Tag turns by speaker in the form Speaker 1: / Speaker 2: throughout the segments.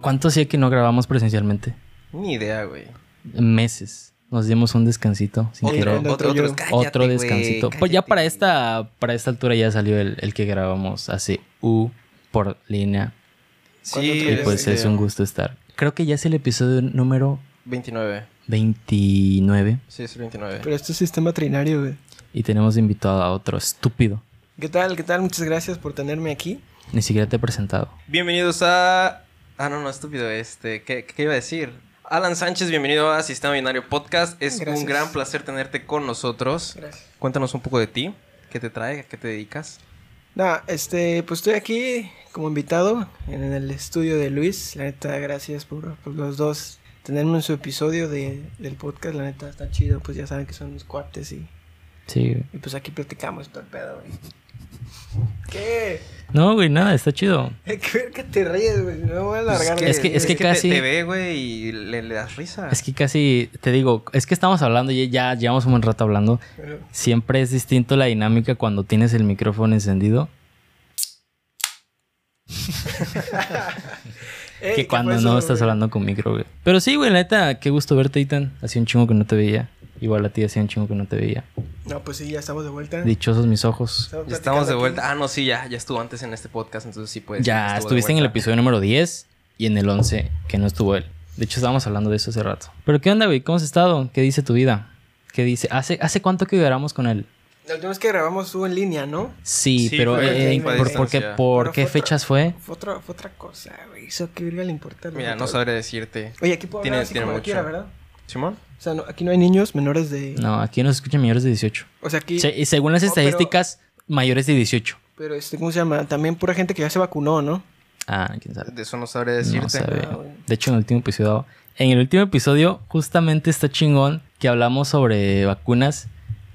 Speaker 1: ¿Cuánto hacía que no grabamos presencialmente?
Speaker 2: Ni idea, güey.
Speaker 1: Meses. Nos dimos un descansito sin
Speaker 2: Otro,
Speaker 1: querer.
Speaker 2: otro,
Speaker 3: Otro yo.
Speaker 2: otro, cállate,
Speaker 1: Otro
Speaker 2: güey,
Speaker 1: descansito. pues
Speaker 2: cállate.
Speaker 1: ya para esta, para esta altura ya salió el, el que grabamos hace U por línea.
Speaker 2: Sí,
Speaker 1: Y
Speaker 3: ya
Speaker 1: pues
Speaker 3: sé.
Speaker 1: es un gusto estar. Creo que ya es el episodio número
Speaker 2: 29.
Speaker 1: 29
Speaker 2: Sí, es el 29.
Speaker 3: Pero esto es sistema trinario, güey.
Speaker 1: y tenemos invitado a otro estúpido.
Speaker 3: ¿Qué tal? ¿Qué tal? Muchas gracias por tenerme aquí.
Speaker 1: Ni siquiera te he presentado.
Speaker 2: Bienvenidos a... Ah, no, no, estúpido. Este, ¿qué, qué iba a decir? Alan Sánchez, bienvenido a Sistema Binario Podcast. Es
Speaker 3: Gracias.
Speaker 2: un gran placer tenerte con nosotros.
Speaker 3: Gracias.
Speaker 2: Cuéntanos un poco de ti. ¿Qué te trae? ¿A qué te dedicas?
Speaker 3: Nada, este, pues estoy aquí como invitado en el estudio de Luis. La neta, gracias por, por los dos tenerme en su episodio de- del podcast. La neta, está chido. Pues ya saben que son mis cuates y,
Speaker 1: Sí. güey.
Speaker 3: y pues aquí platicamos todo el pedo, güey. ¿Qué?
Speaker 1: No, güey, nada, está chido.
Speaker 3: ¿Qué ver que te ríes, güey? No me voy a alargar.
Speaker 1: que- Pues, es que- es que
Speaker 2: te-
Speaker 1: casi-
Speaker 2: Te, ve, güey, y le, le das risa.
Speaker 1: Es que casi, te digo, es que estamos hablando, ya, ya llevamos un buen rato hablando.
Speaker 3: Pero-
Speaker 1: Siempre es distinto la dinámica cuando tienes el micrófono encendido
Speaker 3: Ey,
Speaker 1: que
Speaker 3: ¿qué
Speaker 1: cuando
Speaker 3: fue
Speaker 1: no
Speaker 3: Eh, eso,
Speaker 1: estás
Speaker 3: güey?
Speaker 1: hablando con micro, güey. Pero sí, güey, la neta, qué gusto verte, Itan. Hacía un chingo que no te veía. Igual a ti hacía un chingo que no te veía.
Speaker 3: No, pues sí, ya estamos de vuelta.
Speaker 1: Dichosos mis ojos.
Speaker 3: Estamos
Speaker 2: Ya estamos de
Speaker 3: platicando aquí.
Speaker 2: vuelta. Ah, no, sí, ya. Ya estuvo antes en este podcast, entonces sí
Speaker 3: Pues,
Speaker 2: puedes.
Speaker 1: ya
Speaker 2: estuvo de
Speaker 1: estuviste en el
Speaker 2: vuelta.
Speaker 1: episodio número 10 y en el 11, que no estuvo él. De hecho, estábamos hablando de eso hace rato. Pero ¿qué onda, güey? ¿Cómo has estado? ¿Qué dice tu vida? ¿Qué dice? ¿Hace, hace cuánto que grabamos con él?
Speaker 3: La última vez que grabamos fue en línea, ¿no?
Speaker 1: Sí,
Speaker 2: Sí,
Speaker 1: pero
Speaker 2: fue
Speaker 1: eh,
Speaker 3: aquí, fue a
Speaker 1: por, porque-
Speaker 2: distancia.
Speaker 1: ¿por
Speaker 3: Pero
Speaker 1: qué
Speaker 3: fue otra-
Speaker 1: fechas fue?
Speaker 3: Fue otra, fue otra cosa, güey. Eso que verga le importa.
Speaker 2: Mira, no
Speaker 3: sabes.
Speaker 2: sabré decirte.
Speaker 3: Oye, aquí puedo hablar
Speaker 2: Tiene-
Speaker 3: así
Speaker 2: tiene
Speaker 3: como yo
Speaker 2: mucho.
Speaker 3: quiera, ¿verdad?
Speaker 2: ¿Simón?
Speaker 3: O sea, no- aquí no hay niños menores de...
Speaker 1: No, aquí nos escuchan mayores de 18.
Speaker 3: O sea, aquí...
Speaker 1: Se- y según las
Speaker 3: No, pero-
Speaker 1: estadísticas, mayores de 18.
Speaker 3: Pero, este, ¿cómo se llama? También pura gente que ya se vacunó, ¿no?
Speaker 1: Ah, quién sabe.
Speaker 2: De eso no sabré
Speaker 1: No
Speaker 2: decirte.
Speaker 1: sabe.
Speaker 3: Ah, bueno.
Speaker 1: De hecho, en el último episodio, en el último episodio, justamente está chingón que hablamos sobre vacunas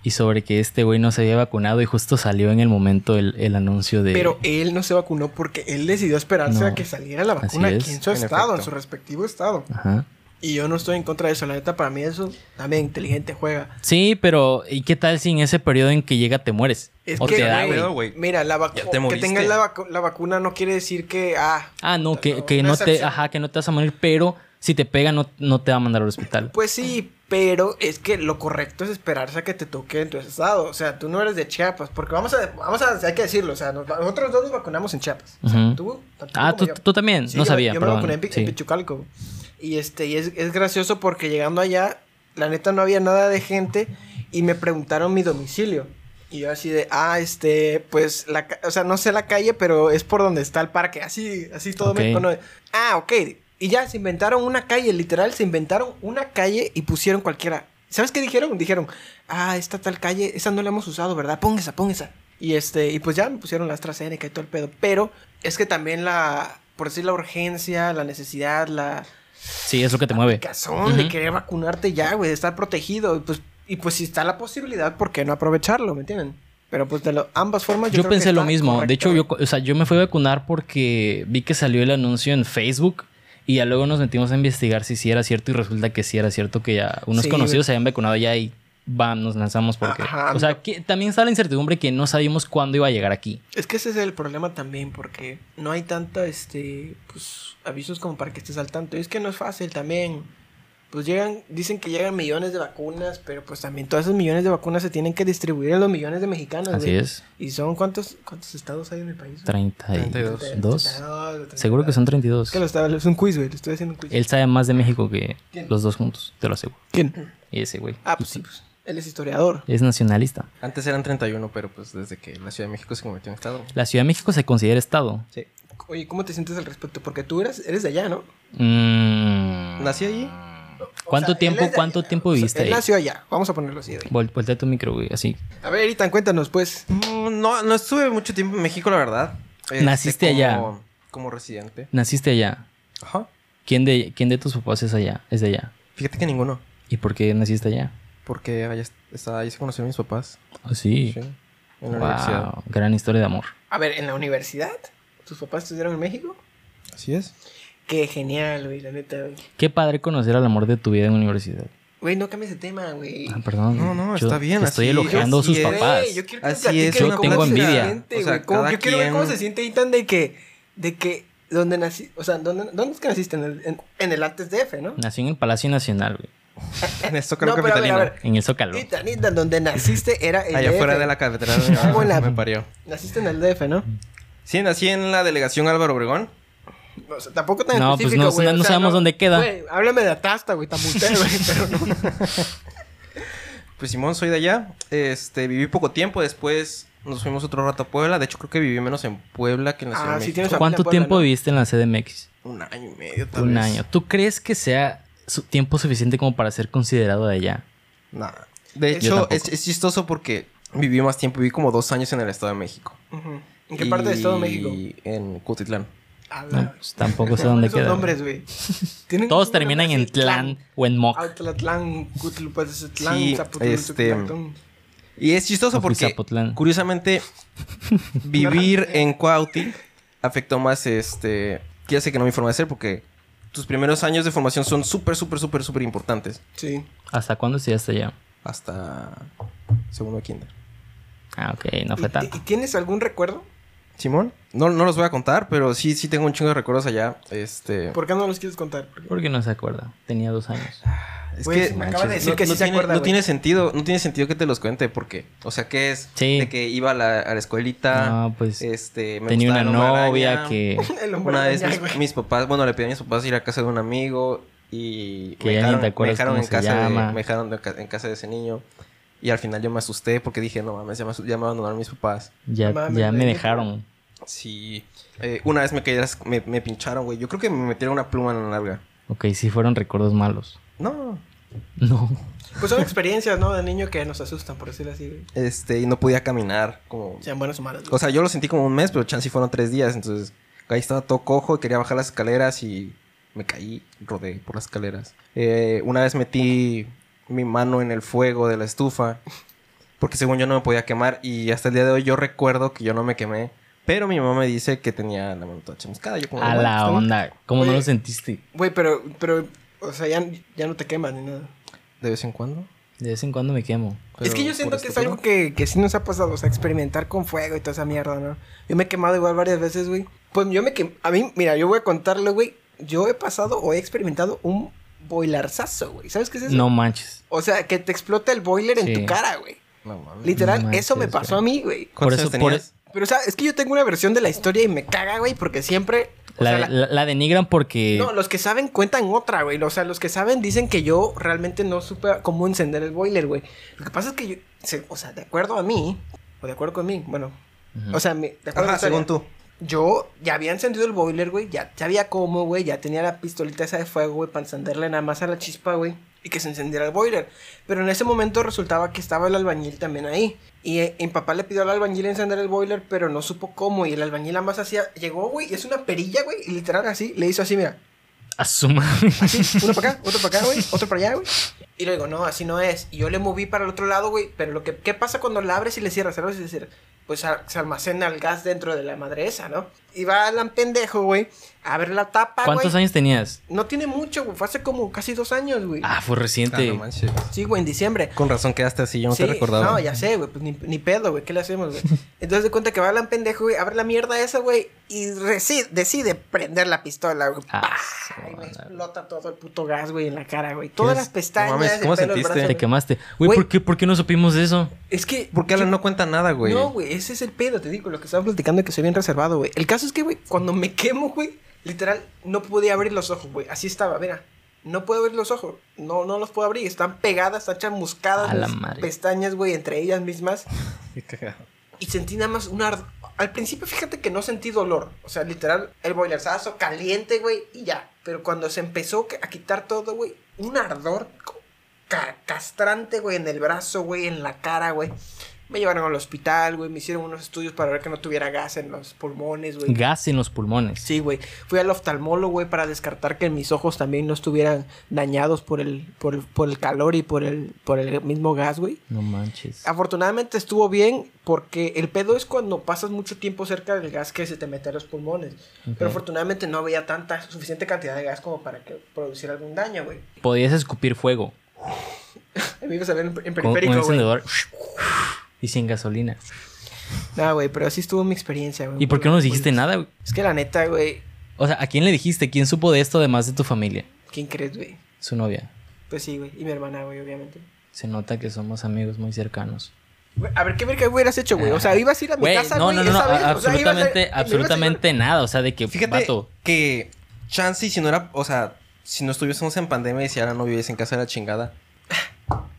Speaker 1: y sobre que este güey no se había vacunado y justo salió en el momento el, el anuncio de.
Speaker 3: Pero él no se vacunó porque él decidió esperarse
Speaker 1: No.
Speaker 3: a que saliera la
Speaker 1: Así
Speaker 3: vacuna
Speaker 1: es. Ah.
Speaker 3: aquí en su
Speaker 2: En
Speaker 3: estado, en
Speaker 2: efecto.
Speaker 3: su respectivo estado.
Speaker 1: Ajá.
Speaker 3: Y yo no estoy en contra de eso. La neta, para mí eso también inteligente juega.
Speaker 1: Sí, pero ¿y qué tal si en ese periodo en que llega te mueres?
Speaker 3: Es
Speaker 1: o
Speaker 3: que,
Speaker 1: te da,
Speaker 2: güey.
Speaker 1: güey.
Speaker 3: Mira, la vacu-
Speaker 2: Ya te
Speaker 3: que
Speaker 2: moriste.
Speaker 3: tengas la, vacu- la vacuna no quiere decir que, ah,
Speaker 1: Ah, no, que,
Speaker 3: No,
Speaker 1: que
Speaker 3: una
Speaker 1: no te,
Speaker 3: excepción.
Speaker 1: ajá, que no te vas a morir, pero si te pega no, no te va a mandar al hospital.
Speaker 3: Pues sí, pero es que lo correcto es esperarse a que te toque en tu estado. O sea, tú no eres de Chiapas, porque vamos a, vamos a, hay que decirlo, o sea, nos- nosotros dos nos vacunamos en Chiapas. O sea,
Speaker 1: Ujú.
Speaker 3: tú, tanto
Speaker 1: Ah,
Speaker 3: como
Speaker 1: tú,
Speaker 3: yo.
Speaker 1: tú también,
Speaker 3: Sí,
Speaker 1: no
Speaker 3: yo-
Speaker 1: sabía,
Speaker 3: yo me
Speaker 1: perdón.
Speaker 3: vacuné en, Pi- en
Speaker 1: Sí.
Speaker 3: Pichucalco. Y este, y es, es gracioso porque llegando allá, la neta no había nada de gente y me preguntaron mi domicilio. Y yo así de, ah, este, pues, la, ca- o sea, no sé la calle, pero es por donde está el parque. Así, así todo
Speaker 1: Ok.
Speaker 3: México, ¿no? Ah, ok. Y ya, se inventaron una calle, literal, se inventaron una calle y pusieron cualquiera. ¿Sabes qué dijeron? Dijeron, ah, esta tal calle, esa no la hemos usado, ¿verdad? Pon esa, pon esa. Y este, y pues ya me pusieron la AstraZeneca y todo el pedo. Pero es que también la, por decir la urgencia, la necesidad, la
Speaker 1: Sí, es lo que te mueve.
Speaker 3: cazón de
Speaker 1: Ujú.
Speaker 3: querer vacunarte ya, güey, de estar protegido. Y pues, y pues si está la posibilidad, ¿por qué no aprovecharlo? ¿Me entienden? Pero pues de lo- ambas formas
Speaker 1: Yo
Speaker 3: creo que
Speaker 1: pensé lo
Speaker 3: está
Speaker 1: mismo. de
Speaker 3: correcto,
Speaker 1: hecho,
Speaker 3: güey.
Speaker 1: yo, o sea, yo me fui a vacunar porque vi que salió el anuncio en Facebook y ya luego nos metimos a investigar si sí era cierto y resulta que sí era cierto que ya unos
Speaker 3: Sí,
Speaker 1: conocidos
Speaker 3: güey.
Speaker 1: se habían vacunado ya y bam, nos lanzamos porque...
Speaker 3: Ajá.
Speaker 1: o sea, que, también está la incertidumbre que no sabíamos cuándo iba a llegar aquí.
Speaker 3: Es que ese es el problema también, porque no hay tanta, este, pues, avisos como para que estés al tanto. Y es que no es fácil también. Pues llegan, dicen que llegan millones de vacunas, pero pues también todas esas millones de vacunas se tienen que distribuir a los millones de mexicanos.
Speaker 1: Así
Speaker 3: güey.
Speaker 1: es.
Speaker 3: ¿Y son cuántos, cuántos estados hay en el país?
Speaker 1: 32.
Speaker 3: 32.
Speaker 1: Seguro que son 32.
Speaker 3: Es que lo estaba- es un quiz, güey, le estoy haciendo un quiz.
Speaker 1: Él sabe más de México que
Speaker 3: ¿Quién?
Speaker 1: los dos juntos, te lo aseguro.
Speaker 3: ¿Quién?
Speaker 1: Y ese güey.
Speaker 3: Ah, pues sí, pues, él es historiador.
Speaker 1: Es nacionalista.
Speaker 2: Antes eran 31, pero pues desde que la Ciudad de México se convirtió en Estado.
Speaker 1: La Ciudad de México se considera estado.
Speaker 2: Sí.
Speaker 3: Oye, ¿cómo te sientes al respecto? Porque tú eres, eres de allá, ¿no?
Speaker 1: Mm.
Speaker 2: Nací allí.
Speaker 1: ¿Cuánto
Speaker 3: él
Speaker 1: tiempo-
Speaker 3: es de
Speaker 1: cuánto tiempo
Speaker 3: O sea,
Speaker 1: viviste
Speaker 3: él
Speaker 1: ahí?
Speaker 3: nació allá, vamos a ponerlo así. güey.
Speaker 1: Vol- voltea tu micro, güey, así.
Speaker 3: A ver, Itan, cuéntanos, pues.
Speaker 2: Mm, No, no estuve mucho tiempo en México, la verdad. Este,
Speaker 1: Naciste allá.
Speaker 2: como- Como residente.
Speaker 1: Naciste allá.
Speaker 2: Ajá.
Speaker 1: ¿Quién de, quién de tus papás es allá? Es de allá.
Speaker 2: Fíjate que ninguno.
Speaker 1: ¿Y por qué naciste allá?
Speaker 2: Porque allá, est- estaba, ahí se conocieron mis papás.
Speaker 1: Así.
Speaker 2: Sí, En la
Speaker 1: wow.
Speaker 2: universidad.
Speaker 1: Gran historia de amor.
Speaker 3: A ver, en la universidad, tus papás estudiaron en México.
Speaker 2: Así es.
Speaker 3: Qué genial, güey, la neta, güey.
Speaker 1: Qué padre conocer al amor de tu vida en universidad.
Speaker 3: Güey, no cambies de tema, güey.
Speaker 1: Ah, perdón.
Speaker 2: No, no,
Speaker 1: Yo
Speaker 2: está bien,
Speaker 1: te estoy
Speaker 2: así-
Speaker 1: elogiando a
Speaker 2: así
Speaker 1: sus
Speaker 2: es.
Speaker 3: Güey,
Speaker 1: papás.
Speaker 3: eh, yo quiero que
Speaker 2: Así
Speaker 3: me platiquen
Speaker 2: es, yo
Speaker 3: cómo
Speaker 1: tengo
Speaker 3: se
Speaker 1: envidia.
Speaker 3: siente,
Speaker 2: O sea,
Speaker 3: güey, cómo-
Speaker 2: cada
Speaker 3: yo quiero ver cómo
Speaker 2: quien-
Speaker 3: se siente Itan de que, de que ¿Dónde nací? O sea, ¿dónde, dónde es que naciste? En el, en, en el antes DF, ¿no?
Speaker 1: Nací en el Palacio Nacional, güey.
Speaker 2: En esto
Speaker 3: No,
Speaker 2: creo
Speaker 3: pero a ver, a
Speaker 2: capitalino.
Speaker 3: ver.
Speaker 1: En el Zócalo.
Speaker 3: Nita, Nita, donde naciste era el
Speaker 2: Allá
Speaker 3: DF.
Speaker 2: afuera de la catedral.
Speaker 3: ¿Cómo la-
Speaker 2: me parió.
Speaker 3: Naciste en el DF, ¿no?
Speaker 2: Sí, nací en la delegación Álvaro Obregón.
Speaker 3: O sea, tampoco tan
Speaker 1: No, pues no-
Speaker 3: específico, güey.
Speaker 1: no
Speaker 3: O sea,
Speaker 1: sabemos dónde queda.
Speaker 3: Güey, háblame de Atasta, güey. Tambuté, güey. Pero no.
Speaker 2: Pues Simón, soy de allá. Este, viví poco tiempo. Después nos fuimos otro rato a Puebla. De hecho, creo que viví menos en Puebla que en la
Speaker 3: Ah,
Speaker 2: Ciudad de
Speaker 3: sí
Speaker 2: México.
Speaker 3: tienes-
Speaker 1: ¿Cuánto
Speaker 3: Puebla,
Speaker 1: tiempo
Speaker 3: ¿no?
Speaker 1: viviste en la CDMX?
Speaker 2: Un año y medio, tal
Speaker 1: Un
Speaker 2: vez.
Speaker 1: año. ¿Tú crees que sea su tiempo suficiente como para ser considerado de allá?
Speaker 2: Nah. De
Speaker 3: Yo
Speaker 2: hecho,
Speaker 1: tampoco.
Speaker 2: es, es chistoso porque viví más tiempo. Viví como dos años en el Estado de México.
Speaker 3: Ujú. ¿En qué parte de Estado de México?
Speaker 2: Y En Cutitlán.
Speaker 3: A la-
Speaker 1: No, pues tampoco sé dónde
Speaker 3: Esos
Speaker 1: queda. güey.
Speaker 3: nombres, güey. Tienen
Speaker 1: Todos
Speaker 3: un
Speaker 1: terminan
Speaker 3: nombre
Speaker 1: en
Speaker 3: así,
Speaker 1: Tlán o en Moc.
Speaker 3: Autlatlán, pues, Cutlupazatlán,
Speaker 2: Sí,
Speaker 3: Zapotlán,
Speaker 2: este,
Speaker 3: Tlatlán.
Speaker 2: Y es chistoso
Speaker 1: O
Speaker 2: porque,
Speaker 1: Juizapotlán.
Speaker 2: curiosamente, vivir en Cuauti afectó más, este... Que ya sé que no me forma de ser porque tus primeros años de formación son súper, súper, súper, súper importantes.
Speaker 3: Sí.
Speaker 1: ¿Hasta cuándo estudiaste allá?
Speaker 2: Hasta segundo de kinder.
Speaker 1: Ah, ok, no
Speaker 3: ¿Y,
Speaker 1: fue
Speaker 3: y
Speaker 1: tanto.
Speaker 3: tienes algún recuerdo?
Speaker 2: ¿Simón? No, no los voy a contar, pero sí, sí tengo un chingo de recuerdos allá. Este...
Speaker 3: ¿Por qué no los quieres contar?
Speaker 1: ¿Por qué no se acuerda? Tenía dos años.
Speaker 2: Es
Speaker 3: Güey,
Speaker 2: que
Speaker 3: se pues, me acaba de decir
Speaker 2: no,
Speaker 3: que sí
Speaker 2: no
Speaker 3: se
Speaker 2: tiene,
Speaker 3: acuerda,
Speaker 2: no
Speaker 3: güey.
Speaker 2: tiene sentido, no tiene sentido que te los cuente porque, o sea, ¿qué es?
Speaker 1: Sí.
Speaker 2: De que iba a la, a la
Speaker 3: Ah,
Speaker 2: escuelita,
Speaker 1: No, pues,
Speaker 3: eh,
Speaker 2: este, me
Speaker 1: Tenía una
Speaker 2: gustaba el hombre
Speaker 1: novia
Speaker 2: araña.
Speaker 1: que,
Speaker 3: El hombre
Speaker 2: Una vez mis,
Speaker 3: araña, güey.
Speaker 2: mis papás, bueno, le pedí a mis papás ir a casa de un amigo y
Speaker 1: Que ya ni te acuerdas
Speaker 2: dejaron
Speaker 1: cómo
Speaker 2: en
Speaker 1: se
Speaker 2: casa de-
Speaker 1: llama.
Speaker 2: me dejaron de ca- en casa de ese niño y al final yo me asusté porque dije, no mames, ya me, asu- ya me abandonaron mis papás.
Speaker 1: ya,
Speaker 3: Mames,
Speaker 1: ya me
Speaker 3: güey.
Speaker 1: dejaron.
Speaker 2: Sí, eh, una vez me caí, de las- me, me pincharon, güey. Yo creo que me metieron una pluma en la larga.
Speaker 1: Ok, sí fueron recuerdos malos.
Speaker 2: No,
Speaker 1: No.
Speaker 3: Pues son experiencias, ¿no? De niño que nos asustan, por decirlo así. güey.
Speaker 2: este, y no podía caminar como
Speaker 3: Sean buenas o malas.
Speaker 2: O sea, yo lo sentí como un mes, pero chance y fueron tres días. Entonces, ahí estaba todo cojo y quería bajar las escaleras y me caí, rodé por las escaleras. Eh, una vez metí mi mano en el fuego de la estufa, porque según yo no me podía quemar. Y hasta el día de hoy yo recuerdo que yo no me quemé, pero mi mamá me dice que tenía la mano toda chamuscada. Yo como,
Speaker 1: A
Speaker 2: "Bueno, pues,
Speaker 1: la
Speaker 2: está bien".
Speaker 1: onda. ¿Cómo no
Speaker 3: Oye.
Speaker 1: lo sentiste?
Speaker 3: Güey, pero, pero, o sea, ya, ya no te quemas ni nada.
Speaker 2: De vez en cuando.
Speaker 1: De vez en cuando me quemo.
Speaker 3: es que yo
Speaker 2: pero
Speaker 3: siento
Speaker 2: por
Speaker 3: que es
Speaker 2: estúpido.
Speaker 3: algo que, que sí nos ha pasado, o sea, experimentar con fuego y toda esa mierda, ¿no? Yo me he quemado igual varias veces, güey. Pues yo me quemé, a mí, mira, yo voy a contarlo, güey. Yo he pasado o he experimentado un boilarzazo, güey. ¿Sabes qué es eso?
Speaker 1: No manches.
Speaker 3: O sea, que te explota el boiler en
Speaker 1: Sí.
Speaker 3: tu cara, güey.
Speaker 2: No mames.
Speaker 3: Literal,
Speaker 1: No
Speaker 3: eso me
Speaker 1: manches,
Speaker 3: pasó a mí, güey.
Speaker 1: Por
Speaker 2: ¿Cuántos
Speaker 1: eso,
Speaker 2: años
Speaker 1: por-
Speaker 2: tenías?
Speaker 3: Pero, o sea, es que yo tengo una versión de la historia y me caga, güey, porque siempre... o
Speaker 1: La,
Speaker 3: sea, la-
Speaker 1: la- la denigran porque...
Speaker 3: No, los que saben cuentan otra, güey. O sea, los que saben dicen que yo realmente no supe cómo encender el boiler, güey. Lo que pasa es que yo... se- o sea, de acuerdo a mí, o de acuerdo con mí, bueno...
Speaker 1: Ujú.
Speaker 3: O sea, mi- de acuerdo a la
Speaker 2: Ajá,
Speaker 3: historia,
Speaker 2: según tú.
Speaker 3: Yo ya había encendido el boiler, güey. Ya sabía cómo, güey. Ya tenía la pistolita esa de fuego, güey, para encenderle nada más a la chispa, güey. Y que se encendiera el boiler. Pero en ese momento resultaba que estaba el albañil también ahí. Y eh, mi papá le pidió al albañil encender el boiler, pero no supo cómo. Y el albañil nada más hacía. Llegó, güey, y es una perilla, güey. Y literal así, le hizo así, mira.
Speaker 1: Asuma.
Speaker 3: Así, uno para acá, otro para acá, güey, otro para allá, güey. Y le digo, no, así no es. Y yo le moví para el otro lado, güey. Pero lo que, ¿qué pasa cuando la abres y le cierras? ¿Sabes? Y le cierras. Pues a- se almacena el gas dentro de la madre esa, ¿no? Y va Alan pendejo, güey, abre la tapa, güey.
Speaker 1: ¿Cuántos años tenías?
Speaker 3: No tiene mucho, güey. Fue hace como casi dos años, güey.
Speaker 1: Ah, fue
Speaker 2: Ah,
Speaker 1: reciente.
Speaker 2: no manches.
Speaker 3: Sí, güey, en diciembre.
Speaker 2: Con razón quedaste así, yo no
Speaker 3: Sí,
Speaker 2: te recordaba.
Speaker 3: No, ya sé, güey, pues ni, ni pedo, güey, ¿qué le hacemos, güey? Entonces de cuenta que va Alan pendejo, güey, abre la mierda esa, güey, y reci- decide prender la pistola, güey.
Speaker 1: Ah,
Speaker 3: ¡Pah!
Speaker 1: sí,
Speaker 3: Y me
Speaker 1: madre.
Speaker 3: explota todo el puto gas, güey, en la cara, güey. Todas
Speaker 2: ¿Qué
Speaker 3: las
Speaker 2: es?
Speaker 3: pestañas,
Speaker 2: No mames,
Speaker 3: el
Speaker 2: ¿cómo
Speaker 3: pelo, el
Speaker 2: sentiste?
Speaker 3: brazo,
Speaker 1: Te
Speaker 3: güey.
Speaker 1: quemaste. Güey,
Speaker 3: Güey.
Speaker 1: ¿por qué, ¿por qué no supimos de eso?
Speaker 3: Es que...
Speaker 2: ¿Por qué Alan no cuenta nada, güey?
Speaker 3: No, güey, ese es el pedo, te digo, lo que estaba platicando que soy bien reservado, güey. El caso es que, güey, cuando me quemo, güey, literal, no pude abrir los ojos, güey. Así estaba, mira. No puedo abrir los ojos. No, no los puedo abrir. Están pegadas, están chamuscadas
Speaker 1: A la
Speaker 3: mis
Speaker 1: madre.
Speaker 3: pestañas, güey, entre ellas mismas.
Speaker 2: Qué cagado.
Speaker 3: Y sentí nada más un ardor. Al principio, fíjate que no sentí dolor. O sea, literal, el boilerzazo caliente, güey, y ya. Pero cuando se empezó a quitar todo, güey, un ardor ca- castrante, güey, en el brazo, güey, en la cara, güey. Me llevaron al hospital, güey, me hicieron unos estudios para ver que no tuviera gas en los pulmones, güey.
Speaker 1: Gas en los pulmones.
Speaker 3: Sí, güey. Fui al oftalmólogo, güey, para descartar que mis ojos también no estuvieran dañados por el, por el, por el calor y por el, por el mismo gas, güey.
Speaker 1: No manches.
Speaker 3: Ah, Afortunadamente estuvo bien porque el pedo es cuando pasas mucho tiempo cerca del gas que se te mete a los pulmones. Pero afortunadamente no había tanta, suficiente cantidad de gas como para que produciera algún daño, güey.
Speaker 1: Podías escupir fuego.
Speaker 3: A mí me salió en, en
Speaker 1: Con, con
Speaker 3: periférico,
Speaker 1: un
Speaker 3: güey.
Speaker 1: encendedor. Y sin gasolina.
Speaker 3: No, güey, pero así estuvo mi experiencia, güey.
Speaker 1: ¿Y por qué no nos dijiste nada? güey?
Speaker 3: Es que la neta, güey,
Speaker 1: O sea, ¿a quién le dijiste? ¿Quién supo de esto además de tu familia?
Speaker 3: ¿Quién crees, güey?
Speaker 1: Su novia.
Speaker 3: Pues sí, güey. Y mi hermana, güey, obviamente.
Speaker 1: Se nota que somos amigos muy cercanos.
Speaker 3: Güey, A ver, ¿qué verga hubieras hecho, güey? O sea, ibas a ir a
Speaker 1: Ah.
Speaker 3: mi
Speaker 1: Güey,
Speaker 3: casa,
Speaker 1: no,
Speaker 3: güey.
Speaker 1: no, no, no,
Speaker 3: esa vez,
Speaker 1: a-
Speaker 3: o sea, ibas a- me
Speaker 1: absolutamente,
Speaker 3: ibas a
Speaker 1: absolutamente nada. O sea, de que,
Speaker 2: Fíjate
Speaker 1: vato,
Speaker 2: que Chansey, si no era, o sea, si no estuviésemos en pandemia y si ahora no viviese en casa de la chingada,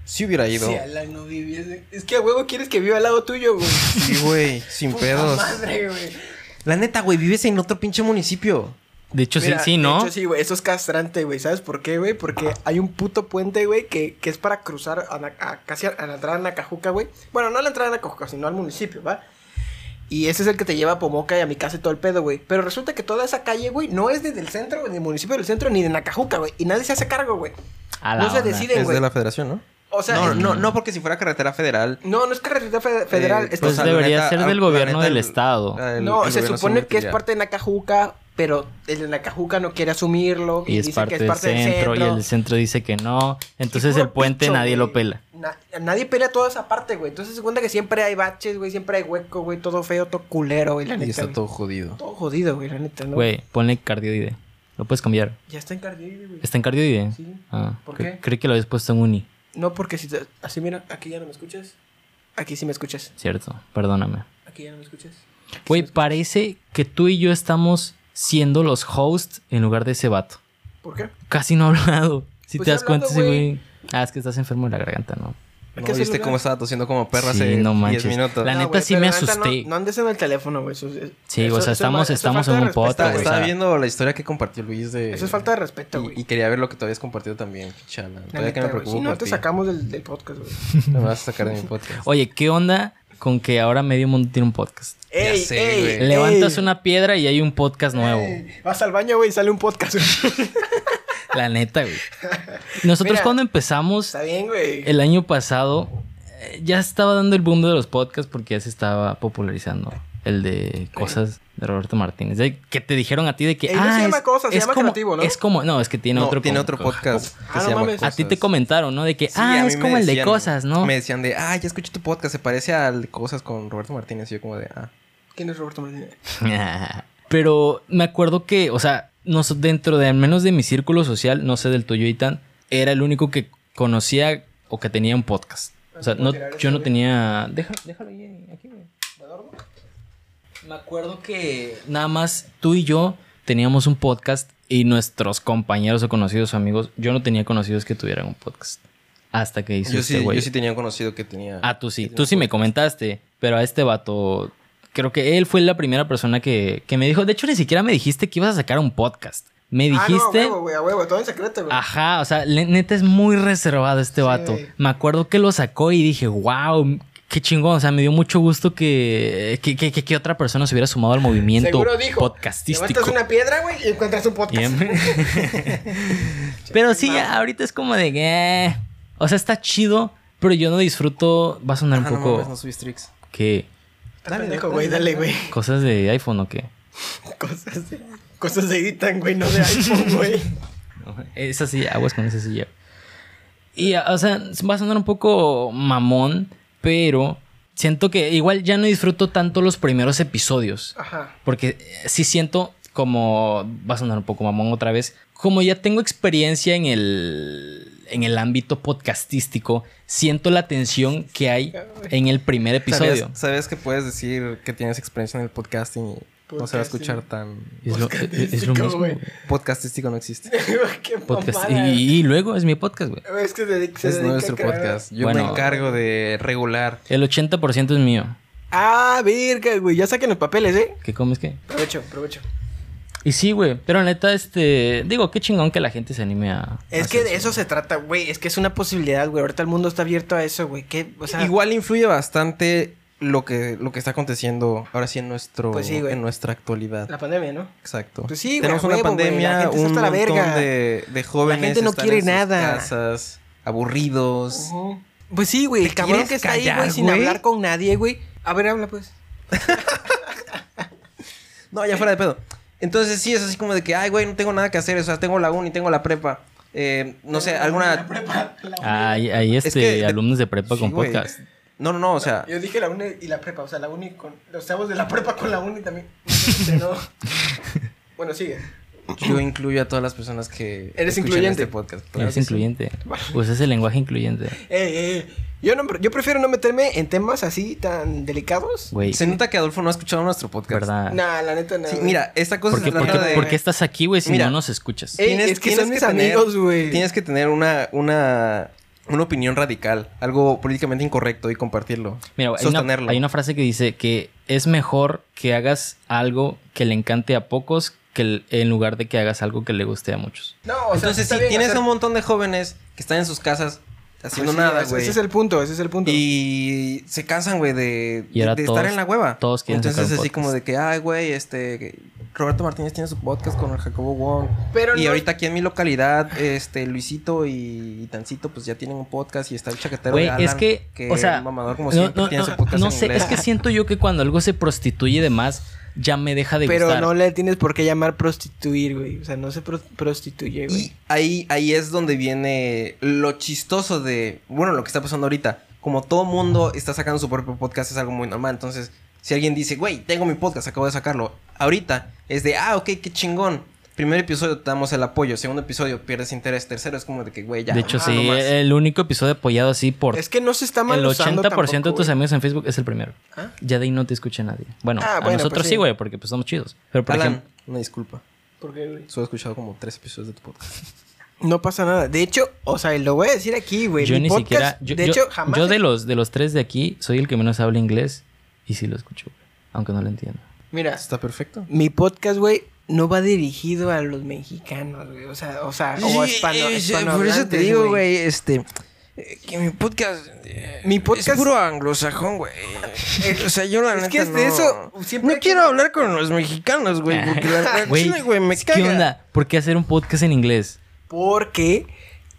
Speaker 2: sí hubiera
Speaker 3: llevar-
Speaker 2: ido.
Speaker 3: Si Alan no viviese. Es que a huevo quieres que viva al lado tuyo, güey.
Speaker 2: Sí, güey, sin
Speaker 3: Puta
Speaker 2: pedos.
Speaker 3: madre, güey.
Speaker 2: La neta, güey, vives en otro pinche municipio.
Speaker 1: de hecho
Speaker 3: Mira,
Speaker 1: sí, sí,
Speaker 3: de
Speaker 1: ¿no?
Speaker 3: hecho, sí, güey. Eso es castrante, güey. ¿Sabes por qué, güey? Porque hay un puto puente, güey, que, que es para cruzar a, Na- a- casi a, a la entrada de Nacajuca, güey. Bueno, no a la entrada de Nacajuca, sino al municipio, ¿va? Y ese es el que te lleva a Pomoca y a mi casa y todo el pedo, güey. Pero resulta que toda esa calle, güey, no es desde el centro, ni del municipio del centro, ni de Nacajuca, güey. Y nadie se hace cargo, güey.
Speaker 1: A la
Speaker 3: no se
Speaker 1: onda.
Speaker 3: decide. Sí,
Speaker 2: Es
Speaker 3: güey.
Speaker 2: de la federación, ¿no?
Speaker 3: O sea,
Speaker 2: no,
Speaker 3: es-
Speaker 2: no, no, porque si fuera carretera federal.
Speaker 3: no, no es carretera fe- federal.
Speaker 2: eh,
Speaker 3: es-
Speaker 1: Pues
Speaker 2: o sea, la ah,
Speaker 1: debería ser del
Speaker 2: la
Speaker 1: gobierno del estado.
Speaker 2: el-
Speaker 3: no,
Speaker 2: el
Speaker 3: se
Speaker 2: gobierno
Speaker 3: supone
Speaker 2: sí
Speaker 3: que es
Speaker 2: invertiría.
Speaker 3: parte de Nacajuca, pero el de Nacajuca no quiere asumirlo.
Speaker 1: Y es
Speaker 3: dice
Speaker 1: parte, del centro, y el centro dice que no. Entonces
Speaker 3: Y
Speaker 1: el
Speaker 3: puro
Speaker 1: puente
Speaker 3: picho,
Speaker 1: nadie
Speaker 3: güey.
Speaker 1: lo pela.
Speaker 3: Na- nadie pela toda esa parte, güey. Entonces se cuenta que siempre hay baches, güey. Siempre hay hueco, güey. Todo feo, todo culero, güey. La
Speaker 2: Y
Speaker 3: neta.
Speaker 2: está
Speaker 3: güey.
Speaker 2: todo jodido.
Speaker 3: Todo jodido, güey. La neta, ¿no?
Speaker 1: Güey, ponle cardioide. Lo puedes cambiar.
Speaker 3: Ya está en Cardiff, güey.
Speaker 1: ¿Está en cardioide?
Speaker 3: Sí.
Speaker 1: Ah,
Speaker 3: ¿Por
Speaker 1: cre-
Speaker 3: qué?
Speaker 1: Creí que lo habías puesto en uni.
Speaker 3: No, porque si te- Así, mira, aquí ya no me escuchas. Aquí sí me escuchas.
Speaker 1: Cierto, perdóname.
Speaker 3: Aquí ya no me escuchas.
Speaker 1: Güey, parece que tú y yo estamos siendo los hosts en lugar de ese vato.
Speaker 3: ¿Por qué?
Speaker 1: Casi no ha hablado. Si
Speaker 3: Pues
Speaker 1: te das cuenta,
Speaker 3: hablando,
Speaker 1: ese
Speaker 3: güey.
Speaker 1: güey. Ah, es que estás enfermo de la garganta, ¿no?
Speaker 3: Hay
Speaker 2: ¿No
Speaker 3: que hacerlo,
Speaker 2: viste
Speaker 3: ¿no?
Speaker 2: cómo estaba tosiendo como perra
Speaker 1: Sí,
Speaker 2: hace
Speaker 1: no
Speaker 2: 10
Speaker 1: manches.
Speaker 2: minutos?
Speaker 1: La neta
Speaker 3: güey,
Speaker 1: sí
Speaker 3: pero
Speaker 1: me
Speaker 3: la neta
Speaker 1: asusté.
Speaker 3: No, no andes en el teléfono, güey. Eso, es-
Speaker 1: Sí, o sea,
Speaker 3: eso
Speaker 1: estamos-
Speaker 3: va- eso es
Speaker 1: estamos
Speaker 3: falta
Speaker 1: en
Speaker 3: de
Speaker 1: un
Speaker 3: respeto,
Speaker 1: podcast,
Speaker 2: Está-
Speaker 1: güey.
Speaker 2: estaba
Speaker 1: O sea-
Speaker 2: viendo la historia que compartió Luis de...
Speaker 3: Eso es falta de respeto,
Speaker 2: y,
Speaker 3: güey.
Speaker 2: y quería ver lo que tú habías compartido también, chala.
Speaker 3: La
Speaker 2: Todavía que me
Speaker 3: neta, güey.
Speaker 2: preocupo
Speaker 3: Si no,
Speaker 2: por
Speaker 3: te
Speaker 2: ti.
Speaker 3: sacamos del, del podcast, güey.
Speaker 2: Me vas a sacar de mi podcast.
Speaker 1: Oye, ¿qué onda con que ahora medio mundo tiene un podcast?
Speaker 3: Ey,
Speaker 2: sé,
Speaker 3: ey,
Speaker 2: güey.
Speaker 3: ey.
Speaker 1: Levantas una piedra y hay un podcast nuevo.
Speaker 3: Vas al baño, güey, y sale un podcast. güey.
Speaker 1: La neta, güey. Nosotros
Speaker 3: Mira.
Speaker 1: cuando empezamos
Speaker 3: Está bien, güey.
Speaker 1: el año pasado, eh, ya estaba dando el boom de los podcasts porque ya se estaba popularizando el de cosas de Roberto Martínez. De- que te dijeron a ti de que...
Speaker 3: Ey, no se
Speaker 1: "Ah,
Speaker 3: llama
Speaker 1: es-
Speaker 3: Cosas, se
Speaker 1: es
Speaker 3: llama
Speaker 1: como,
Speaker 3: Creativo, ¿no?"
Speaker 1: Es como... No, es que tiene
Speaker 2: No,
Speaker 1: otro...
Speaker 2: tiene
Speaker 1: co-
Speaker 2: otro
Speaker 1: co-
Speaker 2: podcast que
Speaker 3: Ah,
Speaker 2: se
Speaker 3: no
Speaker 2: llama
Speaker 3: mames.
Speaker 1: A
Speaker 2: Cosas.
Speaker 1: ti te comentaron, ¿no? De que,
Speaker 2: Sí, a
Speaker 1: ah,
Speaker 2: mí
Speaker 1: es
Speaker 2: me
Speaker 1: como el de
Speaker 2: decían-
Speaker 1: cosas, ¿no?
Speaker 2: Me decían de, ah, ya escuché tu podcast, se parece al de Cosas con Roberto Martínez. Y yo como de, ah.
Speaker 3: ¿Quién es Roberto Martínez?
Speaker 1: Pero me acuerdo que, o sea, nos, dentro de al menos de mi círculo social, no sé del tuyo, Itan, era el único que conocía o que tenía un podcast. O sea, no, yo no tenía. Déjalo, déjalo ahí, en- aquí, güey. Me acuerdo que nada más tú y yo teníamos un podcast y nuestros compañeros o conocidos o amigos, yo no tenía conocidos que tuvieran un podcast. Hasta que hizo
Speaker 2: Yo
Speaker 1: este
Speaker 2: sí,
Speaker 1: güey.
Speaker 2: yo sí tenía un conocido que tenía.
Speaker 1: Ah, tú sí.
Speaker 2: que tenía
Speaker 1: Tú sí
Speaker 2: un
Speaker 1: me comentaste, pero a este vato, creo que él fue la primera persona que, que me dijo. De hecho, ni siquiera me dijiste que ibas a sacar un podcast. Me
Speaker 3: Ah,
Speaker 1: dijiste.
Speaker 3: no, a huevo, güey, a huevo, todo en secreto, güey.
Speaker 1: Ajá, o sea, le- neta es muy reservado este vato. Me acuerdo que lo sacó y dije, wow, qué chingón. O sea, me dio mucho gusto que, que, que- que- que otra persona se hubiera sumado al movimiento
Speaker 3: Seguro dijo.
Speaker 1: podcastístico.
Speaker 3: Levantas una piedra, güey, y encuentras un podcast.
Speaker 1: Bien. pero sí, ya, ahorita es como de que. eh, O sea, está chido, pero yo no disfruto. Va a sonar
Speaker 2: Ah,
Speaker 1: un
Speaker 2: no
Speaker 1: poco.
Speaker 2: mames, no subí tricks.
Speaker 1: que
Speaker 3: Dale, pendejo, güey, dale, güey.
Speaker 1: ¿Cosas de iPhone o qué?
Speaker 3: Cosas de, cosas de editan, güey, no de iPhone, güey.
Speaker 1: Esa sí, aguas con esa silla. Y, o sea, va a sonar un poco mamón, pero siento que igual ya no disfruto tanto los primeros episodios.
Speaker 3: Ajá.
Speaker 1: Porque eh, sí siento como, va a sonar un poco mamón otra vez, como ya tengo experiencia en el, en el ámbito podcastístico, siento la tensión que hay en el primer episodio.
Speaker 2: ¿Sabías, sabías que puedes decir que tienes experiencia en el podcasting y no se va a
Speaker 3: Podcasting.
Speaker 2: escuchar tan.
Speaker 1: Es lo, es- es lo
Speaker 3: Podcastístico,
Speaker 1: mismo.
Speaker 3: güey.
Speaker 1: güey.
Speaker 2: Podcastístico no existe.
Speaker 3: Qué
Speaker 1: Podcast.
Speaker 3: mamada,
Speaker 1: Y- y luego es mi podcast, güey.
Speaker 3: güey. Es que se dedica- se
Speaker 2: Es
Speaker 3: dedica
Speaker 2: nuestro
Speaker 3: a crear-
Speaker 2: podcast. Yo me
Speaker 1: Bueno.
Speaker 2: encargo de regular.
Speaker 1: El 80% es mío.
Speaker 3: Ah, verga, güey. Ya saquen los papeles, ¿eh?
Speaker 1: ¿Qué comes qué?
Speaker 3: Provecho, provecho.
Speaker 1: Y sí, güey. Pero neta, este. Digo, qué chingón que la gente se anime a.
Speaker 3: Es
Speaker 1: a
Speaker 3: que
Speaker 1: hacer
Speaker 3: de eso se trata, güey. Es que es una posibilidad, güey. Ahorita el mundo está abierto a eso, güey. ¿Qué? O sea,
Speaker 2: Igual influye bastante lo que, lo que está aconteciendo ahora sí en nuestro
Speaker 3: Pues sí, güey.
Speaker 2: en nuey- nuestra actualidad.
Speaker 3: la pandemia, ¿no?
Speaker 2: Exacto.
Speaker 3: Pues sí, güey,
Speaker 2: Tenemos
Speaker 3: a
Speaker 2: una
Speaker 3: huevo, güey, la
Speaker 2: pandemia,
Speaker 3: gente está
Speaker 2: un
Speaker 3: hasta la
Speaker 2: montón
Speaker 3: verga.
Speaker 2: de, de jóvenes
Speaker 3: La gente no
Speaker 2: están
Speaker 3: quiere
Speaker 2: en sus
Speaker 3: nada.
Speaker 2: casas, aburridos.
Speaker 3: Pues sí, güey. El cabrón
Speaker 2: quieres
Speaker 3: que está ahí,
Speaker 2: callar,
Speaker 3: güey, sin
Speaker 2: güey?
Speaker 3: hablar con nadie, güey. A ver, habla, pues.
Speaker 2: No, ya fuera de pedo. Entonces sí, es así como de que, ay, güey, no tengo nada que hacer. O sea, tengo la uni, tengo la prepa. Eh, no sé, alguna...
Speaker 1: eso. Ah, Hay, hay, este,
Speaker 2: Es que de-
Speaker 1: alumnos de prepa
Speaker 2: Sí,
Speaker 1: con
Speaker 2: güey.
Speaker 1: podcast.
Speaker 2: No, no, no, o sea...
Speaker 3: Yo dije la uni y la prepa, o sea, la uni con los chavos de la prepa con la uni también. Bueno, sigue.
Speaker 2: Yo incluyo a todas las personas que
Speaker 3: Eres
Speaker 2: escuchan
Speaker 3: incluyente.
Speaker 2: este podcast. Claro
Speaker 1: Es
Speaker 2: que sí.
Speaker 1: incluyente. Pues es el lenguaje incluyente.
Speaker 3: Eh, eh, yo, no, yo prefiero no meterme en temas así tan delicados.
Speaker 1: Güey,
Speaker 2: Se nota que Adolfo no ha escuchado nuestro podcast.
Speaker 1: ¿verdad?
Speaker 3: Nah, la neta, no.
Speaker 2: ah. Sí,
Speaker 3: güey.
Speaker 2: mira, esta cosa
Speaker 1: ¿Por
Speaker 2: se
Speaker 1: qué, por
Speaker 2: trata
Speaker 1: qué-
Speaker 2: de...
Speaker 1: por qué estás aquí, güey, si
Speaker 2: Mira.
Speaker 1: no nos escuchas?
Speaker 3: Eh, es que son mis amigos, güey.
Speaker 2: Tienes que tener una, una, una opinión radical, algo políticamente incorrecto y compartirlo.
Speaker 1: Mira, hay
Speaker 2: sostenerlo.
Speaker 1: una, hay una frase que dice que es mejor que hagas algo que le encante a pocos que el- en lugar de que hagas algo que le guste a muchos.
Speaker 3: No, o sea,
Speaker 2: Entonces,
Speaker 3: está
Speaker 2: si
Speaker 3: bien
Speaker 2: tienes
Speaker 3: hacer- Pues
Speaker 2: un montón de jóvenes que están en sus casas haciendo
Speaker 3: Sí,
Speaker 2: nada,
Speaker 3: ese-
Speaker 2: güey.
Speaker 3: Ese es el punto, ese es el punto.
Speaker 2: Y se cansan, güey, de,
Speaker 1: Y ahora
Speaker 2: de
Speaker 1: todos-
Speaker 2: estar en la hueva.
Speaker 1: todos quieren
Speaker 2: Entonces,
Speaker 1: sacar un
Speaker 2: así
Speaker 1: podcast.
Speaker 2: como de que, ay, güey, este. que Roberto Martínez tiene su podcast con el Jacobo Wong.
Speaker 3: Pero
Speaker 2: y
Speaker 3: no-
Speaker 2: ahorita aquí en mi localidad, este, Luisito y, y Tancito, pues ya tienen un podcast y está el chaquetero.
Speaker 1: Güey,
Speaker 2: de Alan,
Speaker 1: es que, o sea,
Speaker 2: mamador como
Speaker 1: no,
Speaker 2: siempre,
Speaker 1: no,
Speaker 2: tiene su
Speaker 1: no,
Speaker 2: podcast
Speaker 1: no
Speaker 2: en
Speaker 1: sé,
Speaker 2: inglés.
Speaker 1: es que siento yo que cuando algo se prostituye de más, ya me deja de
Speaker 3: Pero
Speaker 1: gustar.
Speaker 3: no le tienes por qué llamar prostituir, güey. O sea, no se pro- prostituye,
Speaker 2: Y
Speaker 3: güey.
Speaker 2: ahí, ahí es donde viene lo chistoso de, bueno, lo que está pasando ahorita. Como todo mundo está sacando su propio podcast, es algo muy normal. Entonces, si alguien dice, güey, tengo mi podcast, acabo de sacarlo, ahorita es de, ah, ok, qué chingón. Primer episodio te damos el apoyo, segundo episodio pierdes interés, tercero es como de que, güey, ya.
Speaker 1: de hecho,
Speaker 2: ah,
Speaker 1: sí,
Speaker 2: no más".
Speaker 1: el único episodio apoyado así por
Speaker 3: Es que no se está mal
Speaker 1: el 80% de tus
Speaker 3: amigos.
Speaker 1: amigos en Facebook es el primero.
Speaker 3: ¿Ah?
Speaker 1: Ya de ahí no te escucha nadie. Bueno,
Speaker 3: Ah,
Speaker 1: a
Speaker 3: bueno,
Speaker 1: nosotros
Speaker 3: pues sí.
Speaker 1: sí, güey, porque pues somos chidos. Pero por
Speaker 2: Alan,
Speaker 1: ejemplo,
Speaker 2: una disculpa.
Speaker 3: ¿Por qué, güey?
Speaker 2: Solo he escuchado como tres episodios de tu podcast.
Speaker 3: No pasa nada. De hecho, o sea, lo voy a decir aquí, güey.
Speaker 1: yo
Speaker 3: Mi
Speaker 1: ni
Speaker 3: podcast,
Speaker 1: siquiera. Yo,
Speaker 3: de
Speaker 1: yo-
Speaker 3: hecho, jamás.
Speaker 1: yo de los de los tres de aquí soy el que menos habla inglés y sí lo escucho, güey, aunque no lo entiendo. Ah.
Speaker 3: Mira,
Speaker 2: Está perfecto.
Speaker 3: mi podcast, güey, no va dirigido a los mexicanos, güey. O sea, o sea, o hispano,
Speaker 2: eh, por eso te
Speaker 3: hispanohablantes,
Speaker 2: digo, güey, este. Que mi podcast. eh,
Speaker 3: Mi podcast
Speaker 2: Es puro anglosajón, güey. O sea, yo la
Speaker 3: Es
Speaker 2: neta
Speaker 3: que es de
Speaker 2: no-
Speaker 3: eso, siempre
Speaker 2: no
Speaker 3: que-
Speaker 2: quiero hablar con los mexicanos, güey. Porque la,
Speaker 3: Ah,
Speaker 2: la
Speaker 1: Ah, Güey,
Speaker 2: chile, güey, me caga.
Speaker 1: ¿qué onda? ¿Por qué hacer un podcast en inglés?
Speaker 3: Porque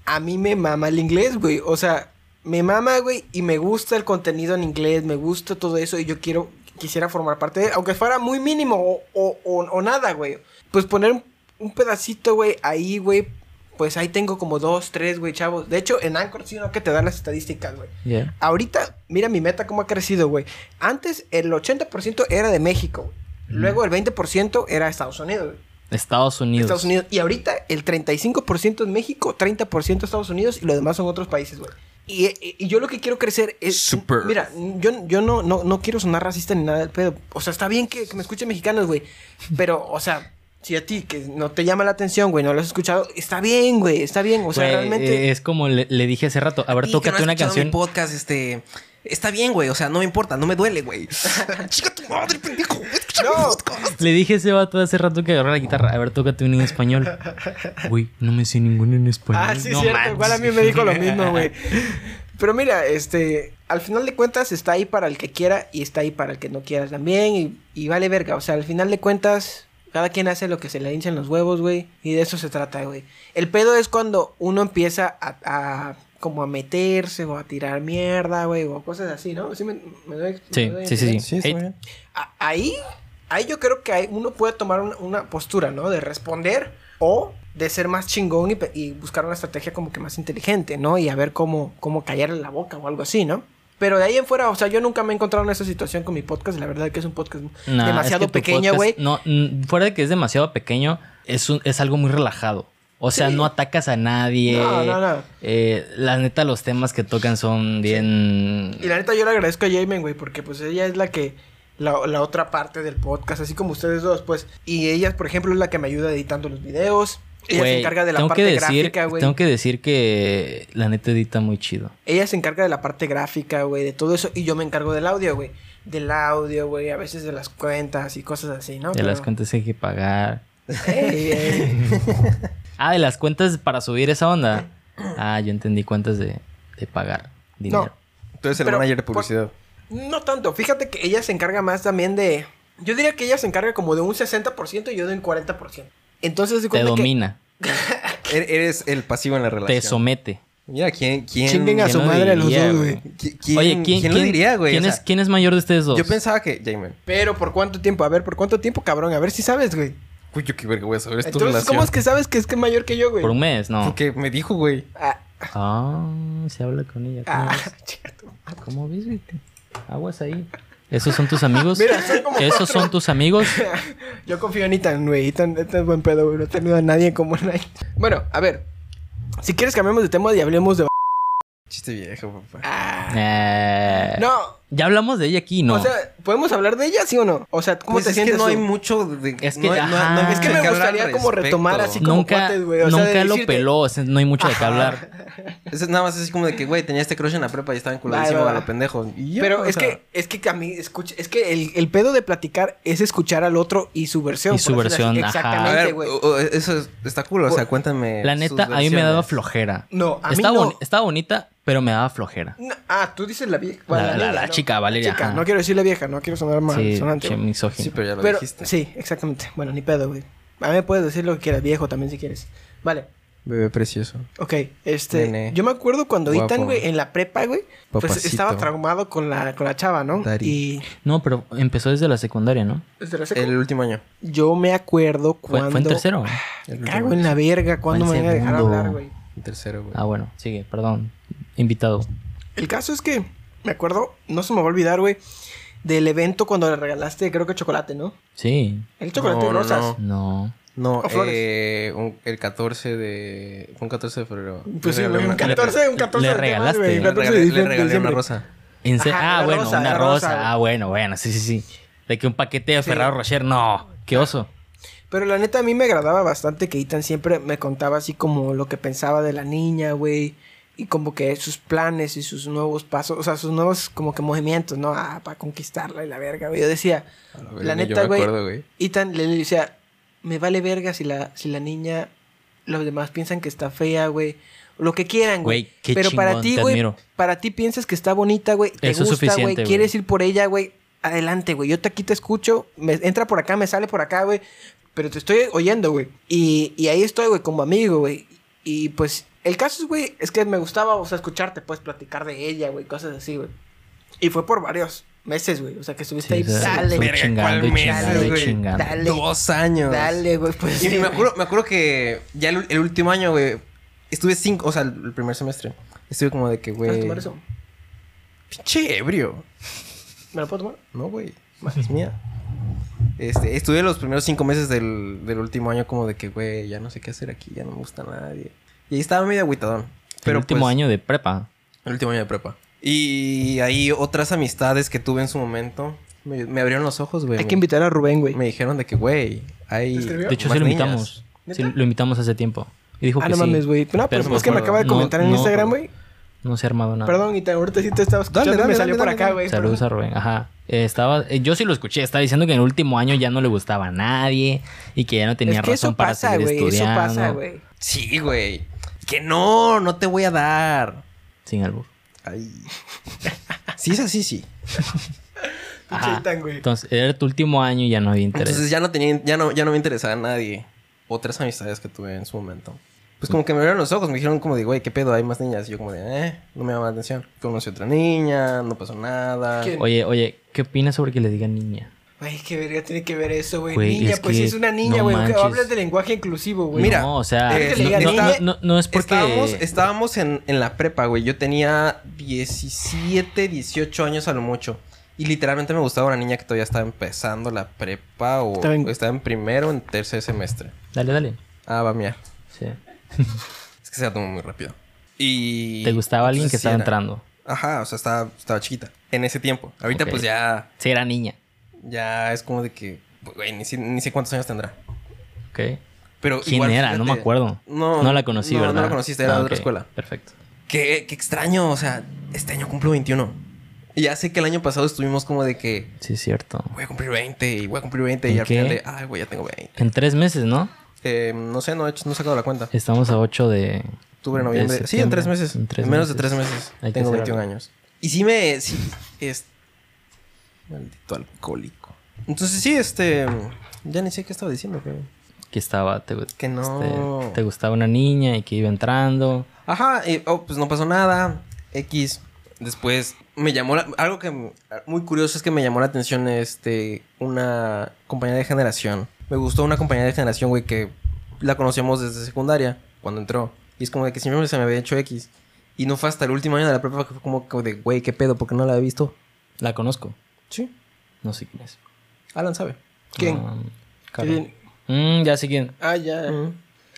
Speaker 3: a mí me mama el inglés, güey. O sea, me mama, güey, y me gusta el contenido en inglés, me gusta todo eso, y yo quiero, quisiera formar parte de, aunque fuera muy mínimo o, o- o- o nada, güey. Pues poner un, un pedacito, güey, ahí, güey. Pues ahí tengo como dos, tres, güey, chavos. De hecho, en Anchor sí, ¿no? Que te dan las estadísticas, güey.
Speaker 1: Ya.
Speaker 3: Ahorita, mira mi meta cómo ha crecido, güey. Antes el 80% era de México, güey. Luego el 20% era Estados Unidos, güey.
Speaker 1: Estados Unidos.
Speaker 3: Estados Unidos. Y ahorita el 35% es México, 30% Estados Unidos y lo demás son otros países, güey. Y, y- y yo lo que quiero crecer es...
Speaker 2: Super.
Speaker 3: Mira, yo, yo no, no, no quiero sonar racista ni nada del pedo. O sea, está bien que, que me escuchen mexicanos, güey. Pero, o sea, si a ti que no te llama la atención, güey, no lo has escuchado, está bien, güey, está bien. O sea,
Speaker 1: Güey,
Speaker 3: realmente...
Speaker 1: eh, es como le, le dije hace rato, a ver,
Speaker 2: Y que no
Speaker 1: tócate
Speaker 2: has
Speaker 1: una
Speaker 2: escuchado
Speaker 1: canción.
Speaker 2: Mi podcast, este. Está bien, güey. O sea, no me importa, no me duele, güey. Chica tu madre, pendejo. Escucha mi
Speaker 3: No.
Speaker 2: podcast.
Speaker 1: Le dije a ese vato hace rato que agarró la guitarra, a ver, tócate una en español. Güey, no me sé ninguno en español.
Speaker 3: Ah, sí,
Speaker 1: Pues, no
Speaker 3: cierto.
Speaker 1: manches.
Speaker 3: Igual a mí me dijo lo mismo, güey. Pero mira, este, al final de cuentas está ahí para el que quiera y está ahí para el que no quiera también. Y, y vale verga. O sea, al final de cuentas, cada quien hace lo que se le hinchan los huevos, güey. Y de eso se trata, güey. El pedo es cuando uno empieza a, a como a meterse o a tirar mierda, güey, o cosas así, ¿no? ¿Sí, me, me doy-
Speaker 1: Sí,
Speaker 3: me doy a
Speaker 1: sí, sí, sí.
Speaker 3: entender?
Speaker 1: Sí, está Hate. bien.
Speaker 3: A- ahí, ahí yo creo que hay- uno puede tomar una, una postura, ¿no? De responder o de ser más chingón y, pe- y buscar una estrategia como que más inteligente, ¿no? Y a ver cómo, cómo callarle la boca o algo así, ¿no? Pero de ahí en fuera, o sea, yo nunca me he encontrado en esa situación con mi podcast. La verdad que es un podcast
Speaker 1: Nah,
Speaker 3: demasiado
Speaker 1: es que tu
Speaker 3: pequeño,
Speaker 1: podcast-
Speaker 3: güey.
Speaker 1: No, mm, fuera de que es demasiado pequeño, es, un- es algo muy relajado. O sea,
Speaker 3: Sí.
Speaker 1: no atacas a nadie.
Speaker 3: No, no, no.
Speaker 1: Eh, la neta, los temas que tocan son bien.
Speaker 3: Y la neta, yo le agradezco a Jamen, güey, porque pues ella es la que. La, la otra parte del podcast, así como ustedes dos, pues. Y ella, por ejemplo, es la que me ayuda editando los videos. Ella se
Speaker 1: Güey,
Speaker 3: encarga de la
Speaker 1: tengo
Speaker 3: parte
Speaker 1: que decir,
Speaker 3: gráfica, güey.
Speaker 1: Tengo que decir que la neta edita muy chido.
Speaker 3: Ella se encarga de la parte gráfica, güey, de todo eso. Y yo me encargo del audio, güey. Del audio, güey, a veces de las cuentas y cosas así, ¿no?
Speaker 1: de las
Speaker 3: Pero-
Speaker 1: cuentas hay que pagar.
Speaker 3: Ey, ey.
Speaker 1: Ah, de las cuentas para subir esa onda. Ah, yo entendí cuentas de, de pagar dinero.
Speaker 2: Tú eres el
Speaker 3: Pero,
Speaker 2: manager de
Speaker 3: por-
Speaker 2: publicidad.
Speaker 3: No tanto. Fíjate que ella se encarga más también de. Yo diría que ella se encarga como de un 60% y yo de un 40%. Entonces, de
Speaker 1: Te
Speaker 3: cuenta que-
Speaker 1: domina,
Speaker 2: E- Eres el pasivo en la relación.
Speaker 1: te somete.
Speaker 2: Mira, ¿quién. quién
Speaker 3: Chinguen a
Speaker 1: ¿Quién
Speaker 3: su
Speaker 1: lo
Speaker 3: madre a los
Speaker 1: diría,
Speaker 3: dos,
Speaker 1: güey?
Speaker 3: güey.
Speaker 2: qui- quién-
Speaker 1: Oye, ¿quién,
Speaker 2: ¿quién lo diría, güey?
Speaker 1: quién
Speaker 2: O sea,
Speaker 1: es, quién es mayor de ustedes dos?
Speaker 2: Yo pensaba que. Jaime.
Speaker 3: Pero, ¿por cuánto tiempo? A ver, ¿por cuánto tiempo, cabrón? A ver si sabes, güey.
Speaker 2: Uy, yo qué verga voy a saber. Es tu
Speaker 3: Entonces,
Speaker 2: relación.
Speaker 3: ¿cómo es que sabes que es que es mayor que yo, güey?
Speaker 1: Por un mes, no.
Speaker 2: Porque me dijo, güey.
Speaker 3: Ah,
Speaker 1: Ah, se habla con ella. ¿Cómo
Speaker 3: ah,
Speaker 1: ves? ¿Cómo ves, güey? Aguas ahí. ¿Esos son tus amigos?
Speaker 3: Mira, son como
Speaker 1: ¿Esos son tus amigos?
Speaker 3: Yo confío en Ethan, güey. Ethan, Ethan es buen pedo, güey. No he tenido a nadie como él. Bueno, a ver. Si quieres cambiamos de tema y hablemos de...
Speaker 2: Chiste viejo, papá.
Speaker 3: Ah.
Speaker 1: Eh,
Speaker 3: No,
Speaker 1: Ya hablamos de ella aquí, ¿no?
Speaker 3: o sea, ¿podemos hablar de ella, sí o no? O sea, ¿cómo
Speaker 2: Pues
Speaker 3: te
Speaker 2: es
Speaker 3: sientes?
Speaker 2: que no hay
Speaker 3: tú?
Speaker 2: mucho de...
Speaker 1: Es que,
Speaker 2: no hay- no- no hay
Speaker 1: ajá.
Speaker 2: mucho
Speaker 1: Es que
Speaker 2: de
Speaker 1: me
Speaker 2: hablar
Speaker 3: gustaría
Speaker 2: al
Speaker 3: como retomar así como-
Speaker 1: nunca
Speaker 3: cuates, güey, o sea, de
Speaker 1: nunca lo
Speaker 3: decirte-
Speaker 1: peló, o sea, no hay mucho de qué hablar.
Speaker 2: Es nada más así como de que, güey, tenía este crush en la prepa y estaba enculadísimo
Speaker 3: Va, va,
Speaker 2: a
Speaker 3: va.
Speaker 2: lo pendejo. Y ya,
Speaker 3: Pero
Speaker 2: o
Speaker 3: es
Speaker 2: sea,
Speaker 3: que, es que a mí, escucha, es que el, el pedo de platicar es escuchar al otro y su versión.
Speaker 1: Y su
Speaker 3: por decirlo
Speaker 1: versión,
Speaker 3: así.
Speaker 1: ajá.
Speaker 2: A ver,
Speaker 3: Exactamente,
Speaker 2: uh,
Speaker 3: güey.
Speaker 2: o- o- eso es- está cool, o sea, cuéntame
Speaker 1: La
Speaker 2: sus
Speaker 1: neta, a mí me daba
Speaker 2: versiones.
Speaker 1: flojera.
Speaker 3: No, a mí
Speaker 1: Está
Speaker 3: no.
Speaker 1: boni- Estaba bonita, pero me daba flojera.
Speaker 3: No, ah, tú dices la vieja.
Speaker 1: La- la-
Speaker 3: niña,
Speaker 1: la chica, Valeria,
Speaker 3: Chica,
Speaker 1: ajá.
Speaker 3: No quiero decir la vieja, no quiero sonar mal.
Speaker 1: Sí,
Speaker 3: sonante,
Speaker 1: che,
Speaker 3: güey.
Speaker 1: misógino.
Speaker 2: Sí, pero ya lo
Speaker 3: Pero,
Speaker 2: dijiste.
Speaker 3: sí, exactamente. Bueno, ni pedo, güey. A mí me puedes decir lo que quieras, viejo también si quieres. Vale.
Speaker 2: Bebé precioso.
Speaker 3: Ok, este.
Speaker 2: Nene.
Speaker 3: Yo me acuerdo cuando
Speaker 2: Guapo.
Speaker 3: Ethan, güey, en la prepa, güey, pues
Speaker 2: Papacito.
Speaker 3: estaba traumado con la, con la chava, ¿no?
Speaker 2: Dari.
Speaker 3: Y.
Speaker 1: No, pero empezó desde la secundaria, ¿no?
Speaker 3: desde la secu-
Speaker 2: El último año.
Speaker 3: Yo me acuerdo
Speaker 1: Fue,
Speaker 3: cuando.
Speaker 1: fue en tercero. güey.
Speaker 2: El último
Speaker 3: Cago
Speaker 2: año.
Speaker 3: en la verga, ¿cuándo me
Speaker 1: Fue en
Speaker 3: van a dejar
Speaker 1: segundo.
Speaker 3: hablar, güey?
Speaker 2: El tercero, güey.
Speaker 1: Ah, bueno, sigue, perdón. Invitado.
Speaker 3: El caso es que me acuerdo, no se me va a olvidar, güey, del evento cuando le regalaste, creo que chocolate, ¿no?
Speaker 1: Sí.
Speaker 3: El chocolate
Speaker 2: No,
Speaker 3: de
Speaker 2: no,
Speaker 3: rosas.
Speaker 2: no.
Speaker 1: No.
Speaker 2: No,
Speaker 3: O flores.
Speaker 2: eh, un- el 14 de... Fue un 14 de febrero.
Speaker 3: Pues sí,
Speaker 2: Le regalé
Speaker 3: güey, un
Speaker 2: una-
Speaker 3: 14, un 14
Speaker 1: le
Speaker 3: de temas,
Speaker 1: regalaste.
Speaker 3: güey,
Speaker 1: Le
Speaker 2: Le
Speaker 3: 14 de
Speaker 2: regalé, le
Speaker 3: diciembre.
Speaker 2: regalé una rosa.
Speaker 1: En se-
Speaker 3: Ajá,
Speaker 1: ah,
Speaker 3: la
Speaker 1: bueno,
Speaker 3: rosa,
Speaker 1: una
Speaker 3: la
Speaker 1: rosa.
Speaker 3: rosa.
Speaker 1: Ah, bueno, bueno, sí, sí, sí. De que un paquete de
Speaker 3: Sí.
Speaker 1: Ferrero Rocher, no. Qué oso.
Speaker 3: Pero la neta a mí me agradaba bastante que Ethan siempre me contaba así como lo que pensaba de la niña, güey. Y como que sus planes y sus nuevos pasos, o sea, sus nuevos como que movimientos, ¿no? Ah, para conquistarla y la verga, güey. Yo decía,
Speaker 2: A
Speaker 3: La
Speaker 2: verga,
Speaker 3: neta,
Speaker 2: yo me
Speaker 3: güey.
Speaker 2: acuerdo, güey.
Speaker 3: Ethan le le decía, me vale verga si la, si la niña, los demás piensan que está fea, güey. Lo que quieran, güey.
Speaker 1: Güey, qué
Speaker 3: Pero para
Speaker 1: chingón,
Speaker 3: ti,
Speaker 1: te
Speaker 3: güey,
Speaker 1: admiro.
Speaker 3: para ti piensas que está bonita, güey. Te
Speaker 1: Eso es
Speaker 3: gusta,
Speaker 1: suficiente,
Speaker 3: güey.
Speaker 1: güey.
Speaker 3: Quieres ir por ella, güey. Adelante, güey. Yo te aquí te escucho. Me, entra por acá, me sale por acá, güey. Pero te estoy oyendo, güey. Y, y ahí estoy, güey, como amigo, güey. Y pues, el caso es, güey, es que me gustaba, o sea, escucharte, pues, platicar de ella, güey, cosas así, güey. Y fue por varios meses, güey. O sea, que estuviste ahí,
Speaker 1: Sí, o sea,
Speaker 3: Este sale,
Speaker 1: estuve
Speaker 3: güey.
Speaker 1: chingando y
Speaker 2: ¿cuál
Speaker 1: chingando
Speaker 3: meses,
Speaker 1: y
Speaker 3: güey?
Speaker 1: chingando.
Speaker 3: Dale.
Speaker 2: Dos años.
Speaker 3: Dale, güey, pues.
Speaker 2: Y
Speaker 3: sí,
Speaker 2: me
Speaker 3: güey.
Speaker 2: acuerdo, me acuerdo que ya el, el último año, güey, estuve cinco, o sea, el el primer semestre. Estuve como de que,
Speaker 3: ¿Puedes
Speaker 2: güey.
Speaker 3: tomar eso?
Speaker 2: Pinche ebrio.
Speaker 3: ¿Me lo puedo tomar?
Speaker 2: No, güey. Es mía. Este, estuve los primeros cinco meses del, del último año como de que, güey, ya no sé qué hacer aquí, ya no me gusta nadie. Y ahí estaba medio agüitadón.
Speaker 1: el
Speaker 2: Pero
Speaker 1: último
Speaker 2: pues,
Speaker 1: año de prepa.
Speaker 2: El último año de prepa. Y ahí otras amistades que tuve en su momento me, me abrieron los ojos, güey.
Speaker 3: Hay
Speaker 2: Me-
Speaker 3: que invitar a Rubén, güey.
Speaker 2: Me dijeron de que, güey, hay.
Speaker 3: ¿Te escribió?
Speaker 1: De hecho,
Speaker 2: más
Speaker 1: sí lo
Speaker 2: niñas.
Speaker 1: invitamos. Sí, lo invitamos hace tiempo. Y dijo
Speaker 3: Ah,
Speaker 1: que
Speaker 3: no
Speaker 1: sí.
Speaker 3: mames, güey. No, pero,
Speaker 1: Pero pues no
Speaker 3: es que me
Speaker 2: me acuerdo.
Speaker 3: acaba de
Speaker 1: No,
Speaker 3: comentar en
Speaker 1: no,
Speaker 3: Instagram,
Speaker 1: pero-
Speaker 3: güey.
Speaker 1: No se ha armado nada.
Speaker 3: Perdón, y te- ahorita sí te estaba escuchando.
Speaker 2: Dale,
Speaker 3: me
Speaker 2: dale,
Speaker 3: salió
Speaker 2: dale,
Speaker 3: por
Speaker 2: dale,
Speaker 3: acá,
Speaker 2: dale.
Speaker 3: güey.
Speaker 1: Saludos a
Speaker 3: perdón.
Speaker 1: Rubén. Ajá. Eh, estaba, eh, yo sí lo escuché. Estaba diciendo que en el último año ya no le gustaba a nadie y que ya no tenía
Speaker 3: Es que
Speaker 1: razón
Speaker 3: eso
Speaker 1: para
Speaker 3: pasa,
Speaker 1: seguir
Speaker 3: güey. Eso
Speaker 1: estudiando.
Speaker 3: pasa, güey.
Speaker 2: Sí, güey. Que no, no te voy a dar.
Speaker 1: Sin albur.
Speaker 2: Ay. Sí, es así, sí.
Speaker 1: Ajá.
Speaker 3: Chaitan, güey.
Speaker 1: Entonces, era tu último año y ya no había interés.
Speaker 2: Entonces ya no tenía, ya no, ya no me interesaba a nadie. Otras amistades que tuve en su momento. Pues como que me abrieron los ojos, me dijeron como de, güey, ¿qué pedo? Hay más niñas. Y yo como de, eh, no me llama la atención. Conocí otra niña, no pasó nada.
Speaker 3: ¿Quién?
Speaker 1: Oye, oye, ¿qué opinas sobre que le digan niña?
Speaker 3: Güey, qué verga tiene que ver eso, güey.
Speaker 1: Güey,
Speaker 3: Niña,
Speaker 1: es
Speaker 3: pues
Speaker 1: que-
Speaker 3: si es una niña,
Speaker 1: no
Speaker 3: güey. ¿qué?
Speaker 1: manches.
Speaker 3: Hablas de lenguaje inclusivo, güey.
Speaker 2: Mira,
Speaker 1: no, o sea,
Speaker 2: eh,
Speaker 3: que le digan
Speaker 1: no, no-
Speaker 3: niña.
Speaker 1: no- no es porque.
Speaker 2: Estábamos, estábamos en, en la prepa, güey. Yo tenía 17, 18 años a lo mucho. Y literalmente me gustaba una niña que todavía estaba empezando la prepa o
Speaker 3: Estaba
Speaker 2: estaba
Speaker 3: en-
Speaker 2: en, primero o en tercer semestre.
Speaker 1: Dale, dale.
Speaker 2: Ah, va a miar.
Speaker 1: Sí.
Speaker 2: Es que se la tomó muy rápido. Y...
Speaker 1: ¿Te gustaba alguien que
Speaker 2: Entonces, sí
Speaker 1: estaba
Speaker 2: era-
Speaker 1: entrando?
Speaker 2: Ajá, o sea, estaba, estaba chiquita. En ese tiempo. Ahorita
Speaker 1: Ok.
Speaker 2: pues ya...
Speaker 1: Sí, era niña.
Speaker 2: Ya es como de que... Güey, ni, sé- ni sé cuántos años tendrá.
Speaker 1: Ok.
Speaker 2: Pero
Speaker 1: ¿Quién
Speaker 2: igual,
Speaker 1: era?
Speaker 2: fíjate,
Speaker 1: No me acuerdo.
Speaker 2: No,
Speaker 1: no la conocí,
Speaker 2: no, no
Speaker 1: ¿verdad? Ah,
Speaker 2: la conociste, era de otra
Speaker 1: ok.
Speaker 2: escuela.
Speaker 1: Perfecto.
Speaker 2: Qué, qué extraño, o sea, este año cumplo 21. Y ya sé que el año pasado estuvimos como de que
Speaker 1: Sí, es cierto.
Speaker 2: voy a cumplir 20 y voy a cumplir 20
Speaker 1: ¿Y
Speaker 2: y al
Speaker 1: qué?
Speaker 2: final de, ay, güey, ya tengo 20.
Speaker 1: En tres meses, ¿no?
Speaker 2: Eh, no sé, no he, hecho- no he sacado la cuenta.
Speaker 1: Estamos a 8 de.
Speaker 2: Octubre,
Speaker 1: de
Speaker 2: noviembre. Sí, en
Speaker 1: septiembre.
Speaker 2: tres meses.
Speaker 1: En
Speaker 2: En,
Speaker 1: tres
Speaker 2: menos de
Speaker 1: meses.
Speaker 2: tres meses.
Speaker 1: Hay que
Speaker 2: tengo
Speaker 1: hacer
Speaker 2: 21
Speaker 1: algo.
Speaker 2: años. Y sí me... Sí, es... Maldito alcohólico. Entonces sí, este... Ya ni sé qué estaba diciendo, pero...
Speaker 1: Que estaba. Te,
Speaker 2: Que no.
Speaker 1: este, te gustaba una niña y que iba entrando.
Speaker 2: Ajá, eh, oh, pues no pasó nada. X. Después me llamó la- algo que m- muy curioso es que me llamó la atención este una compañía de generación. Me gustó una compañía de generación, güey, que la conocíamos desde secundaria cuando entró. Y es como de que siempre se me había hecho X. Y no fue hasta el último año de la prepa que fue como que de, güey, qué pedo, porque no la había visto.
Speaker 1: La conozco.
Speaker 2: Sí.
Speaker 1: No sé quién es.
Speaker 2: Alan sabe.
Speaker 3: ¿Quién?
Speaker 1: Ah,
Speaker 3: ¿Quién?
Speaker 1: Carlos. Mm, ya sé quién.
Speaker 3: Ah, ya.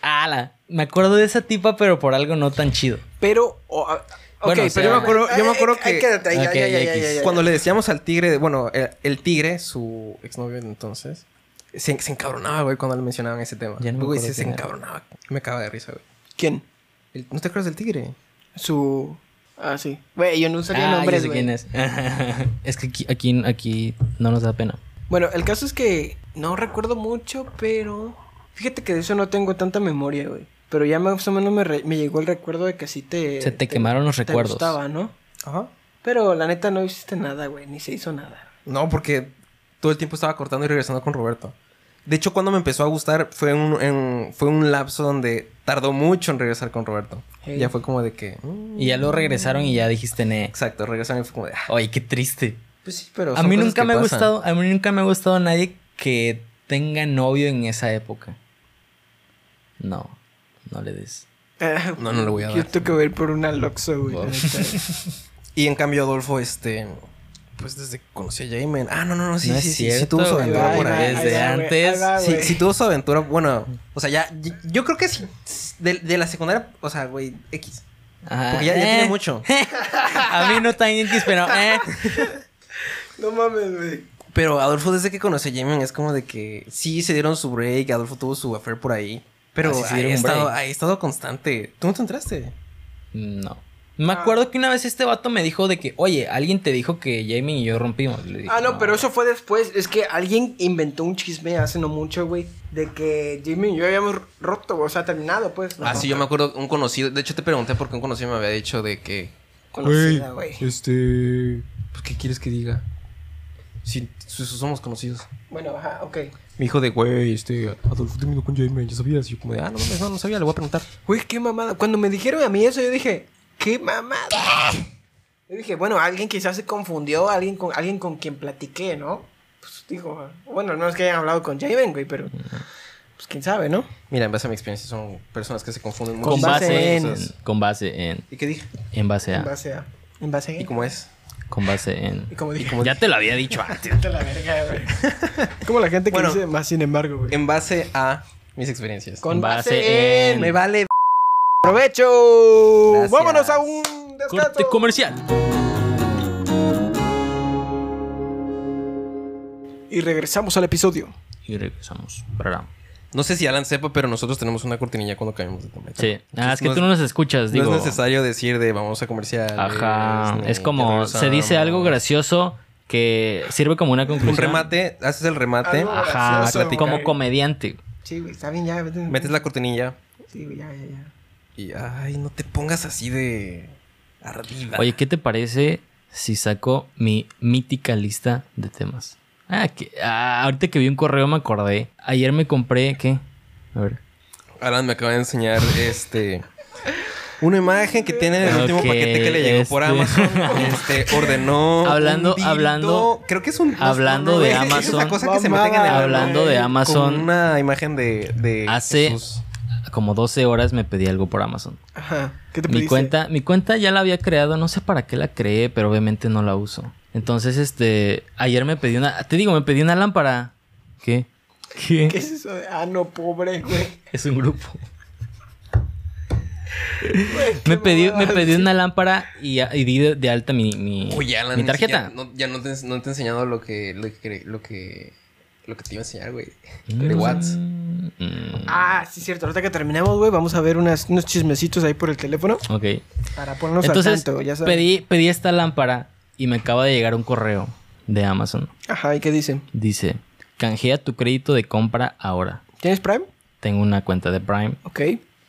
Speaker 1: Ala. Me acuerdo de esa tipa, pero por algo no tan chido.
Speaker 3: Pero. o- ah, ok,
Speaker 1: Bueno, o sea-
Speaker 3: pero yo me acuerdo, yo me acuerdo
Speaker 2: Ay,
Speaker 3: que.
Speaker 2: ay, quédate
Speaker 1: ahí, ya, ya, ya, ya, ya, ya.
Speaker 2: Cuando le decíamos al tigre, de- bueno, el, el tigre, su exnovio de entonces, se, se encabronaba, güey, cuando le mencionaban ese tema.
Speaker 1: Ya no me
Speaker 2: güey,
Speaker 1: acuerdo
Speaker 2: se, se
Speaker 1: quién era.
Speaker 2: encabronaba. Me acaba de risa, güey.
Speaker 3: ¿Quién?
Speaker 2: El- ¿No te acuerdas del tigre?
Speaker 3: Su. Ah, sí. Güey, yo no usaría
Speaker 1: Ah, ya
Speaker 3: nombres,
Speaker 1: sé
Speaker 3: güey.
Speaker 1: quién es. es que aquí, aquí, aquí no nos da pena.
Speaker 3: Bueno, el caso es que no recuerdo mucho, pero. Fíjate que de eso no tengo tanta memoria, güey. Pero ya más o menos me, re- me llegó el recuerdo de que así te.
Speaker 1: Se te quemaron los recuerdos.
Speaker 3: Te gustaba, ¿no?
Speaker 2: Ajá.
Speaker 3: Pero la neta no hiciste nada, güey, ni se hizo nada.
Speaker 2: No, porque todo el tiempo estaba cortando y regresando con Roberto. De hecho, cuando me empezó a gustar fue un, en- fue un lapso donde tardó mucho en regresar con Roberto.
Speaker 3: Hey.
Speaker 2: Ya fue como de que... mm,
Speaker 1: Y ya lo regresaron y ya dijiste, ne.
Speaker 2: Exacto, regresaron y fue como de... ah,
Speaker 1: Oye, qué triste.
Speaker 2: pues sí, pero...
Speaker 1: A
Speaker 2: son
Speaker 1: mí
Speaker 2: cosas
Speaker 1: nunca
Speaker 2: que
Speaker 1: me ha
Speaker 2: pasan.
Speaker 1: gustado, a mí nunca me ha gustado nadie que tenga novio en esa época. No, no le des.
Speaker 2: No, no le voy a
Speaker 3: Yo
Speaker 2: dar.
Speaker 3: tengo que ver por una Loxo, güey. la
Speaker 1: Wow.
Speaker 3: neta.
Speaker 2: Y en cambio Adolfo, este... Pues desde que conocí a Jamin. Ah, no, no, no, sí,
Speaker 1: no
Speaker 2: sí,
Speaker 1: es
Speaker 2: sí, sí,
Speaker 1: cierto.
Speaker 2: tuvo su
Speaker 1: güey.
Speaker 2: aventura
Speaker 3: Ahí
Speaker 2: por
Speaker 3: va,
Speaker 2: ahí.
Speaker 3: ahí va,
Speaker 1: Desde
Speaker 3: güey, ahí
Speaker 1: antes.
Speaker 3: va,
Speaker 2: Sí,
Speaker 3: güey.
Speaker 2: sí tuvo su aventura, bueno, o sea, ya, yo- yo creo que sí, de, de la secundaria, o sea, güey, X,
Speaker 1: Ajá.
Speaker 2: porque ya, ya tiene
Speaker 1: Eh,
Speaker 2: mucho.
Speaker 1: A mí no tan X, pero eh.
Speaker 3: No mames, güey.
Speaker 2: Pero Adolfo, desde que conoce a Jamin, es como de que sí se dieron su break, Adolfo tuvo su affair por ahí. Pero
Speaker 1: Ah, sí, se
Speaker 2: ahí,
Speaker 1: dieron
Speaker 2: ha
Speaker 1: un break.
Speaker 2: estado, ahí ha estado constante. ¿Tú no te entraste?
Speaker 1: No. Me
Speaker 3: Ah.
Speaker 1: acuerdo que una vez este vato me dijo de que, oye, alguien te dijo que Jamie y yo rompimos. Le dije,
Speaker 3: Ah, no, pero eso fue después. Es que alguien inventó un chisme hace no mucho, güey, de que Jimmy y yo habíamos roto, güey, o sea, terminado, pues.
Speaker 2: Ah, sí, yo me acuerdo un conocido. De hecho, te pregunté porque un conocido me había dicho de que.
Speaker 3: Conocida, güey.
Speaker 2: Este. Pues, ¿qué quieres que diga? Si si somos conocidos.
Speaker 3: Bueno, ajá, ok.
Speaker 2: Mi hijo de güey, este. Adolfo terminó con Jaime, ya sabías. Y yo, como de, ah, no, no, no, no sabía, le voy a preguntar.
Speaker 3: Güey, qué mamada. Cuando me dijeron a mí eso, yo dije, qué mamada. Yo dije, bueno, alguien quizás se confundió, alguien con, alguien con quien platiqué, ¿no? Pues digo, ah, bueno, no es que hayan hablado con Javen, güey, pero. Pues quién sabe, ¿no?
Speaker 2: Mira, en base a mi experiencia, son personas que se confunden
Speaker 1: Con
Speaker 2: mucho.
Speaker 3: base
Speaker 1: base
Speaker 3: en-
Speaker 1: en. Con base en.
Speaker 2: ¿Y qué dije?
Speaker 1: En base
Speaker 3: En
Speaker 1: a.
Speaker 3: base a. En base a.
Speaker 2: ¿Y cómo es?
Speaker 1: Con base en.
Speaker 3: Y como dije.
Speaker 1: Ya te lo había dicho antes.
Speaker 3: Vete a la verga, güey. Como la gente que
Speaker 2: Bueno.
Speaker 3: dice más sin embargo, güey.
Speaker 2: En base a mis experiencias.
Speaker 3: Con
Speaker 1: base
Speaker 3: base,
Speaker 1: en-
Speaker 3: en...
Speaker 2: Me vale.
Speaker 3: ¡Provecho!
Speaker 2: Gracias.
Speaker 3: ¡Vámonos a un descanso!
Speaker 1: Corte comercial.
Speaker 3: Y regresamos al episodio.
Speaker 1: Y regresamos. Brrra.
Speaker 2: No sé si Alan sepa, pero nosotros tenemos una cortinilla cuando cambiamos de tema.
Speaker 1: Sí. Ah, es que
Speaker 2: no
Speaker 1: tú no nos escuchas, digo.
Speaker 2: No es necesario decir de vamos a comercial.
Speaker 1: Ajá. Es como se dice algo gracioso que sirve como una conclusión.
Speaker 2: Un remate, haces el remate,
Speaker 3: Algo-
Speaker 1: Ajá.
Speaker 3: gracioso,
Speaker 1: plati- como
Speaker 3: ok.
Speaker 1: comediante.
Speaker 3: Sí, güey, está bien, ya. vete.
Speaker 2: metes la cortinilla
Speaker 3: Sí, güey, ya, ya, ya.
Speaker 2: y ay, no te pongas así de arriba.
Speaker 1: Oye, ¿qué te parece si saco mi mítica lista de temas? Ah, que, ah, ahorita que vi un correo me acordé. Ayer me compré, ¿qué? A ver.
Speaker 2: Alan me acaba de enseñar este una imagen que tiene el último
Speaker 1: Ok,
Speaker 2: paquete que le llegó por
Speaker 1: este-
Speaker 2: Amazon. Este ordenó un
Speaker 1: Hablando-
Speaker 2: dildo.
Speaker 1: hablando-
Speaker 2: creo que es un
Speaker 1: hablando de
Speaker 2: es- es
Speaker 1: Amazon.
Speaker 2: esa cosa que se meten en el
Speaker 3: Mamada,
Speaker 1: Hablando de
Speaker 2: con
Speaker 1: Amazon.
Speaker 2: una imagen de de
Speaker 1: Hace-
Speaker 2: Jesús.
Speaker 1: Como 12 horas me pedí algo por Amazon.
Speaker 3: Ajá. ¿Qué te
Speaker 1: Mi
Speaker 3: pediste?
Speaker 1: cuenta, mi cuenta ya la había creado, no sé para qué la creé, pero obviamente no la uso. Entonces, este, ayer me pedí una, te digo, me pedí una lámpara. ¿Qué? ¿Qué?
Speaker 3: ¿Qué es eso? de- Ah, no, pobre, güey.
Speaker 1: Es un grupo.
Speaker 3: Güey, qué
Speaker 1: Me pedí, me
Speaker 3: mamada.
Speaker 1: pedí una lámpara y, ah, y di de, de alta mi, mi,
Speaker 2: Oye, Alan,
Speaker 1: mi
Speaker 2: ni
Speaker 1: tarjeta.
Speaker 2: siquiera- no- ya no te, no te he enseñado lo que, lo que, lo que, lo que te iba a enseñar, güey.
Speaker 1: Mm,
Speaker 2: De Watts.
Speaker 1: mm,
Speaker 3: Ah, sí, cierto. Ahorita que terminemos, güey, vamos a ver unas, unos chismecitos ahí por el teléfono
Speaker 1: Ok.
Speaker 3: para ponernos
Speaker 1: Entonces,
Speaker 3: al tanto, ya sabes.
Speaker 1: pedí, pedí esta lámpara y me acaba de llegar un correo de Amazon.
Speaker 3: Ajá, ¿y qué dicen?
Speaker 1: Dice, canjea tu crédito de compra ahora.
Speaker 3: ¿Tienes Prime?
Speaker 1: Tengo una cuenta de Prime
Speaker 3: Ok.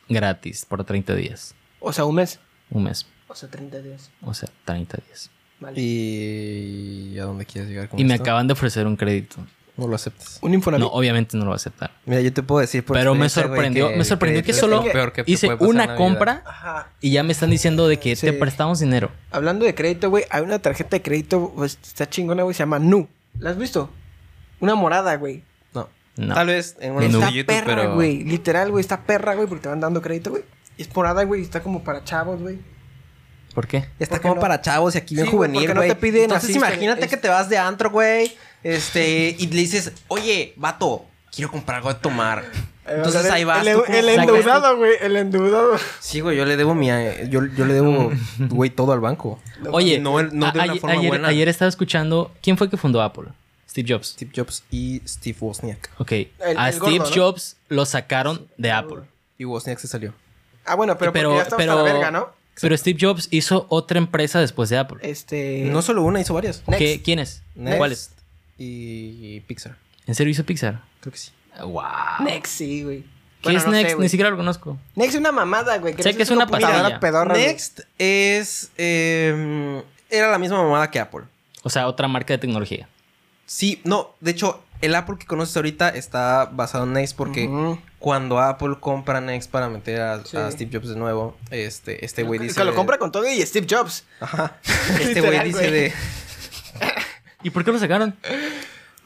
Speaker 1: gratis por 30 días.
Speaker 3: O sea, un mes.
Speaker 1: Un mes.
Speaker 3: O sea, 30 días.
Speaker 1: O sea, 30 días.
Speaker 3: Vale.
Speaker 2: ¿Y a dónde quieres llegar con
Speaker 1: Y me
Speaker 2: esto?
Speaker 1: acaban de ofrecer un crédito.
Speaker 2: No lo aceptas.
Speaker 3: Un Infonavit.
Speaker 1: No, obviamente no lo va a aceptar.
Speaker 2: Mira, yo te puedo decir por
Speaker 1: Pero me
Speaker 2: experiencia, güey,
Speaker 1: sorprendió,
Speaker 2: que
Speaker 1: me
Speaker 2: el
Speaker 1: sorprendió que
Speaker 2: crédito es
Speaker 1: solo
Speaker 2: lo peor que te
Speaker 1: hice
Speaker 2: puede pasar en la
Speaker 1: una
Speaker 2: vida.
Speaker 1: compra
Speaker 3: Ajá.
Speaker 1: y ya me están diciendo de que te
Speaker 3: Sí.
Speaker 1: prestamos dinero.
Speaker 3: Hablando de crédito, güey, hay una tarjeta de crédito, pues, está chingona, güey, se llama Nu. ¿La has visto? Una morada, güey.
Speaker 2: No.
Speaker 1: No.
Speaker 2: Tal vez en
Speaker 1: En
Speaker 2: unos
Speaker 1: un-
Speaker 2: de
Speaker 3: Está
Speaker 2: YouTube,
Speaker 3: perra,
Speaker 2: pero...
Speaker 3: güey. Literal, güey, está perra, güey, porque te van dando crédito, güey. Es morada, güey, está como para chavos, güey.
Speaker 1: ¿Por qué?
Speaker 2: Ya está
Speaker 3: Porque
Speaker 2: como
Speaker 3: no-
Speaker 2: para chavos y aquí bien
Speaker 3: Sí, güey,
Speaker 2: juvenil,
Speaker 3: porque
Speaker 2: güey.
Speaker 3: no te piden
Speaker 2: Entonces
Speaker 3: así,
Speaker 2: imagínate
Speaker 3: es-
Speaker 2: que te vas de antro, güey, este, y le dices, oye, vato, quiero comprar algo de tomar. Entonces ahí vas.
Speaker 3: Eh, El,
Speaker 2: tú como-
Speaker 3: el
Speaker 2: sacas tu-
Speaker 3: endeudado, güey. El endeudado.
Speaker 2: Sí, güey, yo le debo mi, eh, yo, yo le debo, güey, todo al banco.
Speaker 1: Oye,
Speaker 2: Y no, el- no de
Speaker 1: a-
Speaker 2: una
Speaker 1: ayer-
Speaker 2: forma
Speaker 1: ayer,
Speaker 2: buena.
Speaker 1: ayer estaba escuchando. ¿Quién fue que fundó Apple? Steve Jobs.
Speaker 2: Steve Jobs y Steve Wozniak.
Speaker 1: Ok.
Speaker 3: el
Speaker 1: a
Speaker 3: gordo,
Speaker 1: Steve
Speaker 3: ¿no?
Speaker 1: Jobs lo sacaron de Apple.
Speaker 2: Y Wozniak se salió.
Speaker 3: Ah, bueno, pero,
Speaker 1: Pero, pero,
Speaker 3: porque ya estamos a la verga, ¿no?
Speaker 1: pero Steve Jobs hizo otra empresa después de Apple.
Speaker 3: Este.
Speaker 2: No solo una, hizo varias.
Speaker 3: Next.
Speaker 1: ¿Qué- ¿Quién es?
Speaker 2: Next.
Speaker 1: ¿Cuál es?
Speaker 2: Y Pixar,
Speaker 1: ¿En serio hizo Pixar?
Speaker 2: creo que sí.
Speaker 1: ¡Wow!
Speaker 3: Next, sí, güey.
Speaker 1: ¿Qué
Speaker 3: Bueno,
Speaker 1: es
Speaker 3: no sé,
Speaker 1: Next?
Speaker 3: güey.
Speaker 1: Ni siquiera lo conozco.
Speaker 3: Next es una mamada, güey.
Speaker 1: Sé
Speaker 3: no
Speaker 1: que es una
Speaker 3: computadora
Speaker 1: pasilla.
Speaker 3: pedorra, güey.
Speaker 2: Next es, eh, era la misma mamada que Apple.
Speaker 1: O sea, otra marca de tecnología.
Speaker 2: Sí, no, de hecho, el Apple que conoces ahorita está basado en Next porque
Speaker 3: Ujú.
Speaker 2: cuando Apple compra Next para meter a,
Speaker 3: Sí.
Speaker 2: a Steve Jobs de nuevo, este, este güey
Speaker 3: Que-
Speaker 2: dice.
Speaker 3: Que lo compra con todo y Steve Jobs.
Speaker 2: Ajá. Este
Speaker 3: Literal,
Speaker 2: güey dice
Speaker 3: güey.
Speaker 2: de.
Speaker 1: ¿Y por qué lo sacaron?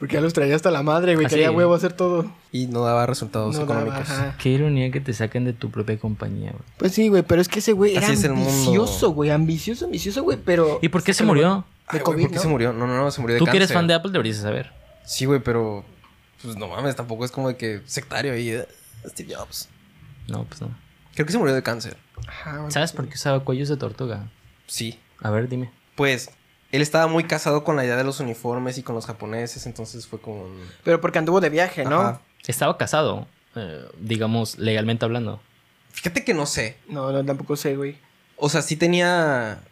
Speaker 3: Porque ya los traía hasta la madre, güey.
Speaker 1: Ah,
Speaker 3: Quería
Speaker 1: sí.
Speaker 3: huevo hacer todo.
Speaker 2: Y no daba resultados
Speaker 3: No daba,
Speaker 2: económicos.
Speaker 3: ajá.
Speaker 1: Qué ironía que te sacan de tu propia compañía, güey.
Speaker 3: Pues sí, güey, pero es que ese güey era
Speaker 2: Así es el mundo.
Speaker 3: ambicioso, güey. Ambicioso, ambicioso, güey, pero.
Speaker 1: ¿Y por qué se murió?
Speaker 2: Ay, güey,
Speaker 3: De COVID,
Speaker 2: ¿Por qué
Speaker 3: ¿no?
Speaker 2: se murió? No, no, no, se murió de
Speaker 1: Tú que
Speaker 2: cáncer.
Speaker 1: eres fan de Apple deberías saber.
Speaker 2: Sí, güey, pero. Pues no mames, tampoco es como de que sectario ahí. eh, Steve Jobs.
Speaker 1: No, pues no.
Speaker 2: Creo que se murió de cáncer.
Speaker 3: Ajá, güey.
Speaker 1: ¿Sabes por qué usaba cuellos de tortuga?
Speaker 2: Sí.
Speaker 1: A ver, dime.
Speaker 2: Pues él estaba muy casado con la idea de los uniformes y con los japoneses, entonces fue como. un-
Speaker 3: Pero porque anduvo de viaje, ¿no?
Speaker 2: Ajá.
Speaker 1: Estaba casado, eh, digamos, legalmente hablando.
Speaker 2: Fíjate que no sé.
Speaker 3: No, no, tampoco sé, güey.
Speaker 2: O sea, sí tenía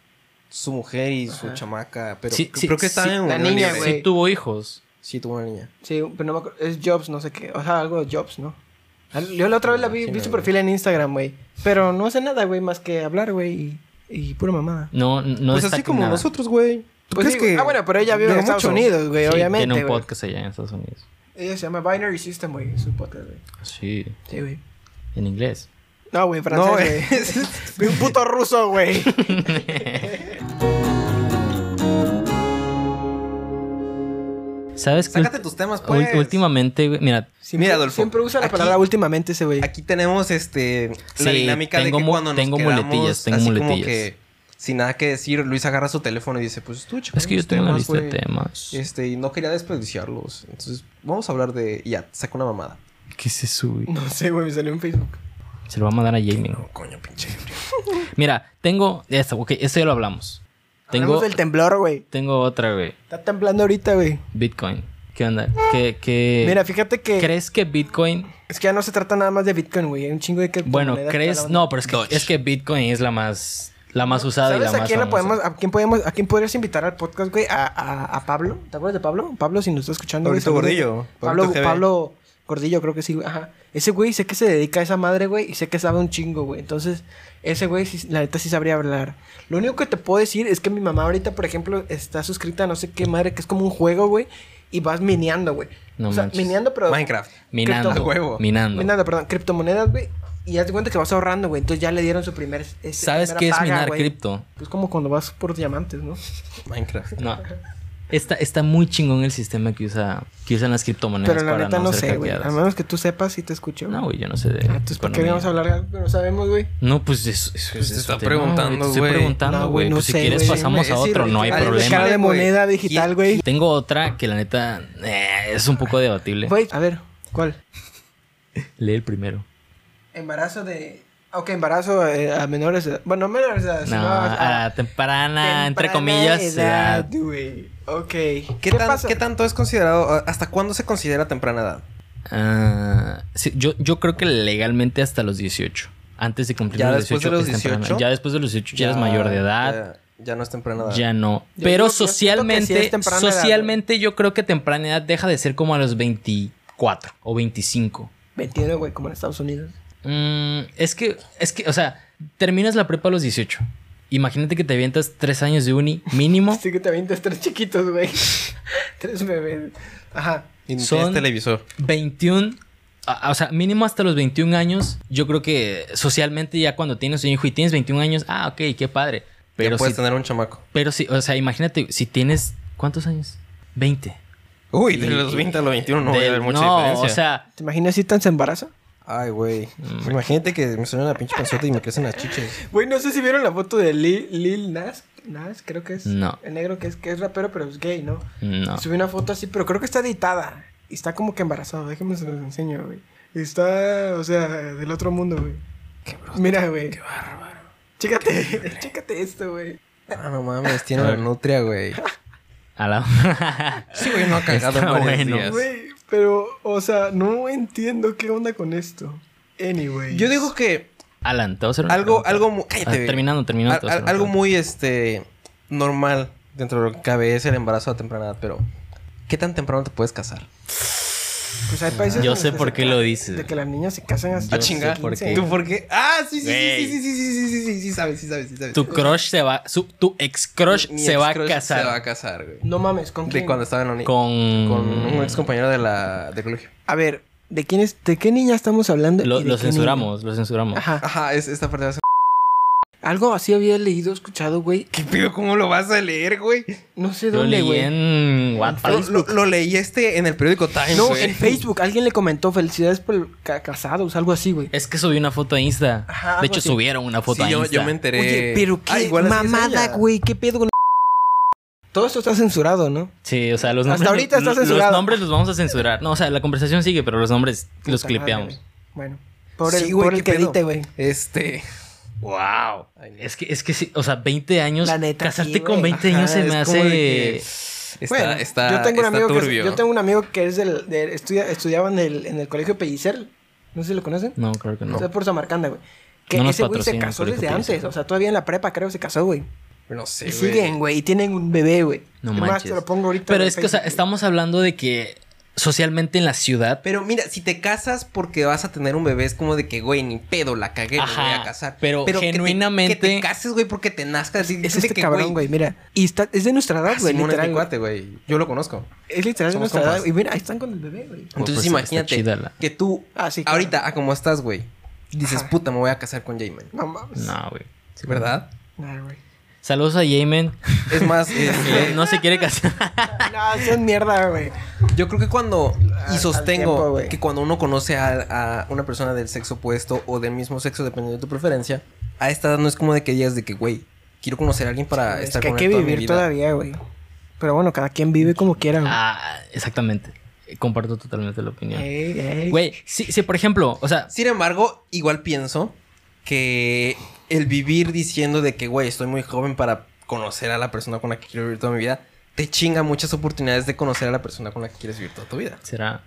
Speaker 2: su mujer y su
Speaker 3: Ajá.
Speaker 2: chamaca, pero
Speaker 1: Sí,
Speaker 2: cre-
Speaker 1: sí,
Speaker 2: creo que
Speaker 1: sí.
Speaker 2: estaba en
Speaker 3: La
Speaker 2: unión
Speaker 3: niña,
Speaker 2: libre.
Speaker 3: güey.
Speaker 1: Sí tuvo hijos.
Speaker 2: Sí, tuvo una niña.
Speaker 3: Sí, pero no me acuerdo. Es Jobs, no sé qué. O sea, algo de Jobs, ¿no? Al- Yo la otra vez la vi, vi
Speaker 2: Imagino,
Speaker 3: su
Speaker 2: güey.
Speaker 3: perfil en Instagram, güey. Pero no hace nada, güey, más que hablar, güey. Y, y pura mamada.
Speaker 1: No, n- no
Speaker 2: pues así
Speaker 1: destaca
Speaker 2: como
Speaker 1: nada.
Speaker 2: nosotros, güey. ¿Tú
Speaker 3: Pues
Speaker 2: crees
Speaker 3: sí,
Speaker 2: que
Speaker 3: güey. Ah, bueno, pero ella vive en
Speaker 2: llega
Speaker 3: Estados
Speaker 2: mucho?
Speaker 3: Unidos, güey,
Speaker 1: Sí,
Speaker 3: obviamente.
Speaker 1: Tiene un
Speaker 3: güey.
Speaker 1: podcast allá en Estados Unidos.
Speaker 3: Ella se llama Binary System, güey. Su podcast, güey.
Speaker 1: Sí,
Speaker 3: Sí, güey.
Speaker 1: en inglés.
Speaker 3: No, güey,
Speaker 2: No, eh,
Speaker 3: francés, güey. Vi un puto ruso, güey.
Speaker 1: ¿Sabes qué?
Speaker 2: Sácate tus temas,
Speaker 1: Ul-
Speaker 2: pues.
Speaker 1: Últimamente, güey, mira,
Speaker 3: Siempre-
Speaker 2: Mira, Adolfo,
Speaker 3: Siempre usa la
Speaker 2: aquí-
Speaker 3: palabra últimamente ese, güey.
Speaker 2: Aquí tenemos este
Speaker 1: Sí,
Speaker 2: la dinámica
Speaker 1: tengo
Speaker 2: de que
Speaker 1: mu-
Speaker 2: cuando
Speaker 1: tengo
Speaker 2: nos quedamos
Speaker 1: muletillas, tengo
Speaker 2: así como
Speaker 1: muletillas.
Speaker 2: que sin nada que decir, Luis agarra su teléfono y dice, pues tú checa
Speaker 1: es que yo
Speaker 2: tus
Speaker 1: tengo una
Speaker 2: temas,
Speaker 1: lista
Speaker 2: güey.
Speaker 1: de temas.
Speaker 2: Este, y no quería desperdiciarlos. Entonces, vamos a hablar de. y Ya, saca una mamada.
Speaker 1: ¿Qué se sube?
Speaker 3: No sé, güey, me salió en Facebook.
Speaker 1: Se lo va a mandar a Jamie.
Speaker 2: coño, pinche.
Speaker 1: Mira, tengo esta, ok, esto ya lo hablamos. Tengo,
Speaker 3: Hablamos del temblor, güey.
Speaker 1: tengo otra, güey.
Speaker 3: Está temblando ahorita, güey.
Speaker 1: Bitcoin. ¿Qué onda? ¿Qué, qué...
Speaker 3: Mira, fíjate que
Speaker 1: Eh, ¿Crees que Bitcoin
Speaker 3: es que ya no se trata nada más de Bitcoin, güey. Hay un chingo de que
Speaker 1: Bueno, crees, no, pero es que,
Speaker 2: Dodge.
Speaker 1: es que Bitcoin es la más, la más usada y la
Speaker 3: ¿Sabes a
Speaker 1: más
Speaker 3: quién, la
Speaker 1: famosa.
Speaker 3: podemos, a quién podemos, a quién podrías invitar al podcast, güey? A, a- a Pablo. ¿Te acuerdas de Pablo? Pablo, si nos está escuchando. güey,
Speaker 2: Pablito
Speaker 3: saludos.
Speaker 2: Gordillo.
Speaker 3: Pablo,
Speaker 2: Pablito GB.
Speaker 3: Pablo Gordillo, creo que sí, güey. Ajá. Ese güey sé que se dedica a esa madre, güey, y sé que sabe un chingo, güey. Entonces, ese güey, sí- la neta, sí sabría hablar. Lo único que te puedo decir es que mi mamá ahorita, por ejemplo, está suscrita a no sé qué madre, que es como un juego, güey, y vas mineando, güey.
Speaker 1: No
Speaker 3: o sea,
Speaker 1: manches.
Speaker 3: mineando, pero...
Speaker 2: Minecraft.
Speaker 1: Minando,
Speaker 2: Cripto- a huevo.
Speaker 1: minando.
Speaker 3: Minando, perdón, criptomonedas, güey. Y haz de cuenta que vas ahorrando, güey. Entonces ya le dieron su primer. este,
Speaker 1: ¿Sabes
Speaker 3: primera
Speaker 1: qué es
Speaker 3: paga,
Speaker 1: minar
Speaker 3: güey.
Speaker 1: cripto?
Speaker 3: Pues como cuando vas por diamantes, ¿no?
Speaker 2: Minecraft.
Speaker 1: No. Está, está muy chingón el sistema que usa que usan las criptomonedas
Speaker 3: Pero la
Speaker 1: para
Speaker 3: neta no,
Speaker 1: ser
Speaker 3: sé, güey. A
Speaker 1: hackeadas.
Speaker 3: menos que tú sepas y te escucho.
Speaker 1: No, güey, yo no sé de
Speaker 3: Ah, Entonces, ¿por qué
Speaker 1: economía.
Speaker 3: vamos a hablar de algo que no sabemos, güey?
Speaker 1: No, pues eso, eso,
Speaker 2: Pues te
Speaker 1: eso
Speaker 2: está
Speaker 1: te- no, güey,
Speaker 2: preguntando,
Speaker 1: te estoy
Speaker 2: güey.
Speaker 1: preguntando,
Speaker 3: No,
Speaker 1: güey.
Speaker 3: güey, no
Speaker 1: pues si
Speaker 3: sé,
Speaker 1: quieres
Speaker 3: güey.
Speaker 1: pasamos a
Speaker 2: Sí,
Speaker 1: otro, no hay
Speaker 2: ahorita-
Speaker 3: Dale,
Speaker 1: problema.
Speaker 3: Cara de
Speaker 2: güey.
Speaker 3: moneda digital,
Speaker 2: ¿Quién-
Speaker 3: güey.
Speaker 1: Tengo otra que la neta eh, es un poco debatible.
Speaker 3: Güey, este, a ver, ¿cuál?
Speaker 1: Lee el primero.
Speaker 3: Embarazo de. ah, Ok, embarazo eh, a menores de edad. Bueno, no menores de edad,
Speaker 1: No,
Speaker 3: sino
Speaker 1: a,
Speaker 3: a.
Speaker 1: la temprana, entre
Speaker 3: temprana
Speaker 1: comillas, edad.
Speaker 3: edad, güey. Ok. ¿Qué,
Speaker 2: ¿Qué, tan-
Speaker 3: pasa?
Speaker 2: qué tanto es considerado? a- ¿Hasta cuándo se considera temprana edad?
Speaker 1: Ah, sí, yo, yo creo que legalmente hasta los 18. Antes de cumplir
Speaker 2: Ya
Speaker 1: los
Speaker 2: después
Speaker 1: 18.
Speaker 2: de los
Speaker 1: es temprano.
Speaker 2: 18,
Speaker 1: ya después de los 18 ya, eres mayor de edad.
Speaker 2: Ya, ya no es temprana edad.
Speaker 1: Ya, no.
Speaker 3: Yo
Speaker 1: Pero
Speaker 3: creo- yo siento que sí
Speaker 1: socialmente,
Speaker 3: es temprana edad,
Speaker 1: socialmente yo creo que temprana edad deja de ser como a los 24 o 25.
Speaker 3: 21, güey, como en Estados Unidos.
Speaker 1: Mm, es que, es que, o sea, terminas la prepa a los 18. Imagínate que te avientas tres años de uni mínimo.
Speaker 3: Sí que te avientas tres chiquitos, güey. tres bebés. Ajá.
Speaker 2: Y no
Speaker 1: Son-
Speaker 2: tienes televisor.
Speaker 1: 21, a- a- o sea, mínimo hasta los 21 años. Yo creo que socialmente ya cuando tienes un hijo y tienes 21 años, ah, ok, qué padre.
Speaker 2: Pero
Speaker 1: Pero
Speaker 2: puedes
Speaker 1: si,
Speaker 2: tener un chamaco.
Speaker 1: pero si, o sea, imagínate, si tienes, ¿cuántos años? 20.
Speaker 2: Uy, de
Speaker 1: Y-
Speaker 2: los 20 a los 21 no voy
Speaker 1: Del-
Speaker 2: a ver mucha
Speaker 1: no,
Speaker 2: diferencia.
Speaker 1: o sea, Mm.
Speaker 3: ¿Te imaginas si tan se embaraza?
Speaker 2: Ay, güey. Imagínate que me suena una pinche panzota y me crecen las chiches.
Speaker 3: Güey, no sé si vieron la foto de Lil, Lil Nas, Nas, creo que es.
Speaker 1: No.
Speaker 3: El negro que es, que es rapero, pero es gay, ¿no?
Speaker 1: No.
Speaker 3: Subí una foto así, pero creo que está editada. Y está como que embarazado. Déjenme se los enseño, güey. Está, o sea, del otro mundo, güey. Mira, güey. Qué bárbaro. Chécate, chécate esto, güey.
Speaker 2: Ah, no mames, tiene una nutria, güey.
Speaker 1: A la...
Speaker 2: Sí, güey, no ha cagado en
Speaker 1: Está
Speaker 2: varios
Speaker 1: bueno.
Speaker 2: días.
Speaker 3: Güey, pero, o sea, no entiendo qué onda con esto. Anyway.
Speaker 2: Yo digo que
Speaker 1: Alan, te voy a hacer una
Speaker 2: algo,
Speaker 1: pregunta.
Speaker 2: algo muy.
Speaker 1: Ah,
Speaker 2: Cállate, güey.
Speaker 1: terminando, terminando. te voy a hacer
Speaker 2: Al- al-
Speaker 1: una
Speaker 2: algo
Speaker 1: pregunta.
Speaker 2: muy este normal dentro de lo que cabe es el embarazo a temprana edad, pero ¿qué tan temprano te puedes casar?
Speaker 3: Pues hay países
Speaker 1: Yo
Speaker 3: donde
Speaker 1: sé
Speaker 3: se
Speaker 1: por
Speaker 3: saca
Speaker 1: qué lo dices.
Speaker 3: De que las niñas se casan hasta.
Speaker 1: Ah,
Speaker 3: los
Speaker 1: chinga.
Speaker 3: 15.
Speaker 1: ¿Por qué?
Speaker 2: ¿Tú por qué? Ah, sí, sí,
Speaker 1: Güey.
Speaker 2: sí, sí, sí, sí, sí, sí, sí, sí, sí, sabes, sí, sabes, sí, sabes.
Speaker 1: Tu crush se va... su- tu ex crush
Speaker 2: Mi
Speaker 1: se va a
Speaker 2: ex-crush
Speaker 1: casar.
Speaker 2: Se va a casar, güey.
Speaker 3: No mames, ¿con quién?
Speaker 2: De cuando estaba en la uni. Con,
Speaker 1: Con...
Speaker 2: un ex compañero de la de colegio.
Speaker 3: A ver, ¿de quién es, de qué niña estamos hablando?
Speaker 1: Lo,
Speaker 3: y de
Speaker 1: lo
Speaker 3: qué
Speaker 1: censuramos, lo censuramos.
Speaker 3: niño? Ajá.
Speaker 2: Ajá, es, esta parte va a ser.
Speaker 3: Algo así había leído, escuchado, güey.
Speaker 2: ¿Qué pido? ¿Cómo lo vas a leer, güey?
Speaker 3: No sé
Speaker 1: Lo
Speaker 3: dónde,
Speaker 1: leí
Speaker 3: güey.
Speaker 1: en
Speaker 2: Lo,
Speaker 1: WhatsApp.
Speaker 2: lo- lo leí este en el periódico Times.
Speaker 3: No,
Speaker 2: güey.
Speaker 3: en Facebook. Alguien le comentó felicidades por el ca- casados, algo así, güey.
Speaker 1: Es que subí una foto a Insta.
Speaker 3: Ajá,
Speaker 1: de
Speaker 3: algo
Speaker 1: hecho,
Speaker 3: así.
Speaker 1: subieron una foto
Speaker 2: Sí,
Speaker 1: a
Speaker 2: yo,
Speaker 1: Insta.
Speaker 2: yo me enteré.
Speaker 3: Oye, pero qué
Speaker 2: Ah, igual así es
Speaker 3: mamada,
Speaker 2: ella.
Speaker 3: güey. ¿Qué pedo con... Todo esto está censurado, ¿no?
Speaker 1: Sí, o sea, los
Speaker 3: Hasta
Speaker 1: nombres.
Speaker 3: ahorita está
Speaker 1: los-
Speaker 3: censurado.
Speaker 1: Los nombres los vamos a censurar. No, o sea, la conversación sigue, pero los nombres los
Speaker 3: Puta
Speaker 1: clipeamos.
Speaker 3: madre, güey. Bueno. Por el,
Speaker 2: Sí, güey,
Speaker 3: por el
Speaker 2: qué
Speaker 3: que
Speaker 2: pedo.
Speaker 3: edite, güey.
Speaker 2: Este.
Speaker 1: ¡Wow!
Speaker 2: Ay, no.
Speaker 1: Es que, es que sí, o sea, 20 años.
Speaker 3: La neta,
Speaker 1: casarte
Speaker 3: sí,
Speaker 1: con
Speaker 3: güey.
Speaker 1: 20 años
Speaker 2: Ajá,
Speaker 1: se me
Speaker 2: es como
Speaker 1: hace.
Speaker 2: de que Está,
Speaker 3: Bueno,
Speaker 2: está,
Speaker 3: yo tengo un
Speaker 2: está
Speaker 3: amigo que
Speaker 2: turbio.
Speaker 3: es, yo tengo un amigo que es del, del- estudia- estudiaba en el, en el colegio Pellicer. No sé si lo conocen.
Speaker 1: No, creo que no.
Speaker 3: Está por Samarcanda, güey. Que
Speaker 1: No nos
Speaker 3: ese güey se
Speaker 1: patrocina el
Speaker 3: casó
Speaker 1: colegio
Speaker 3: desde
Speaker 1: Pellicer.
Speaker 3: antes. O sea, todavía en la prepa, creo, se casó, güey.
Speaker 2: No sé,
Speaker 3: y
Speaker 2: güey.
Speaker 3: siguen, güey. Y tienen un bebé, güey.
Speaker 1: No
Speaker 3: Es Más,
Speaker 1: manches.
Speaker 3: te lo pongo ahorita.
Speaker 1: Pero
Speaker 3: en
Speaker 1: es que, o sea,
Speaker 3: Facebook, güey.
Speaker 1: estamos hablando de que socialmente en la ciudad.
Speaker 2: Pero mira, si te casas porque vas a tener un bebé, es como de que, güey, ni pedo, la cagué, me
Speaker 1: Ajá,
Speaker 2: voy a casar.
Speaker 1: pero
Speaker 2: que te-
Speaker 1: genuinamente-
Speaker 2: Que te, cases, güey, porque te nazcas. Es,
Speaker 3: Es este cabrón, güey, mira. Y está, es Ah, de nuestra edad, güey,
Speaker 2: ah, Simón es
Speaker 3: literal.
Speaker 2: mi
Speaker 3: güey. Ah,
Speaker 2: cuate, güey. Yo lo conozco.
Speaker 3: Es literal de
Speaker 2: Somos
Speaker 3: nuestra edad.
Speaker 2: compas.
Speaker 3: Y mira, ahí están con el bebé, güey.
Speaker 2: Entonces
Speaker 1: pues, está
Speaker 2: imagínate
Speaker 1: chida la-
Speaker 2: que tú,
Speaker 3: Ah, sí, claro.
Speaker 2: ahorita, a como estás, güey, dices,
Speaker 3: Ajá.
Speaker 2: puta, me voy a casar con Jamin.
Speaker 3: No mames.
Speaker 1: No, güey.
Speaker 2: ¿Sí, ¿Verdad?
Speaker 3: Nah, güey.
Speaker 1: Saludos a Jamin.
Speaker 2: Es más, este,
Speaker 1: No se quiere casar.
Speaker 3: No, eso es mierda, güey.
Speaker 2: yo creo que cuando,
Speaker 3: Al-
Speaker 2: y
Speaker 3: al
Speaker 2: sostengo
Speaker 3: tiempo, güey.
Speaker 2: que cuando uno conoce a, a una persona del sexo opuesto o del mismo sexo, dependiendo de tu preferencia, a esta edad no es como de que digas de que, güey, quiero conocer a alguien para
Speaker 3: Es
Speaker 2: estar
Speaker 3: que hay
Speaker 2: con
Speaker 3: que
Speaker 2: él toda mi
Speaker 3: vivir
Speaker 2: vida.
Speaker 3: todavía, güey. Pero bueno, cada quien vive como quiera, güey.
Speaker 1: Ah, exactamente. Comparto totalmente la opinión.
Speaker 3: Ey, ey.
Speaker 1: Güey, sí, sí, por ejemplo, o sea,
Speaker 2: Sin embargo, igual pienso que el vivir diciendo de que, güey, estoy muy joven para conocer a la persona con la que quiero vivir toda mi vida, te chinga muchas oportunidades de conocer a la persona con la que quieres vivir toda tu vida.
Speaker 1: será.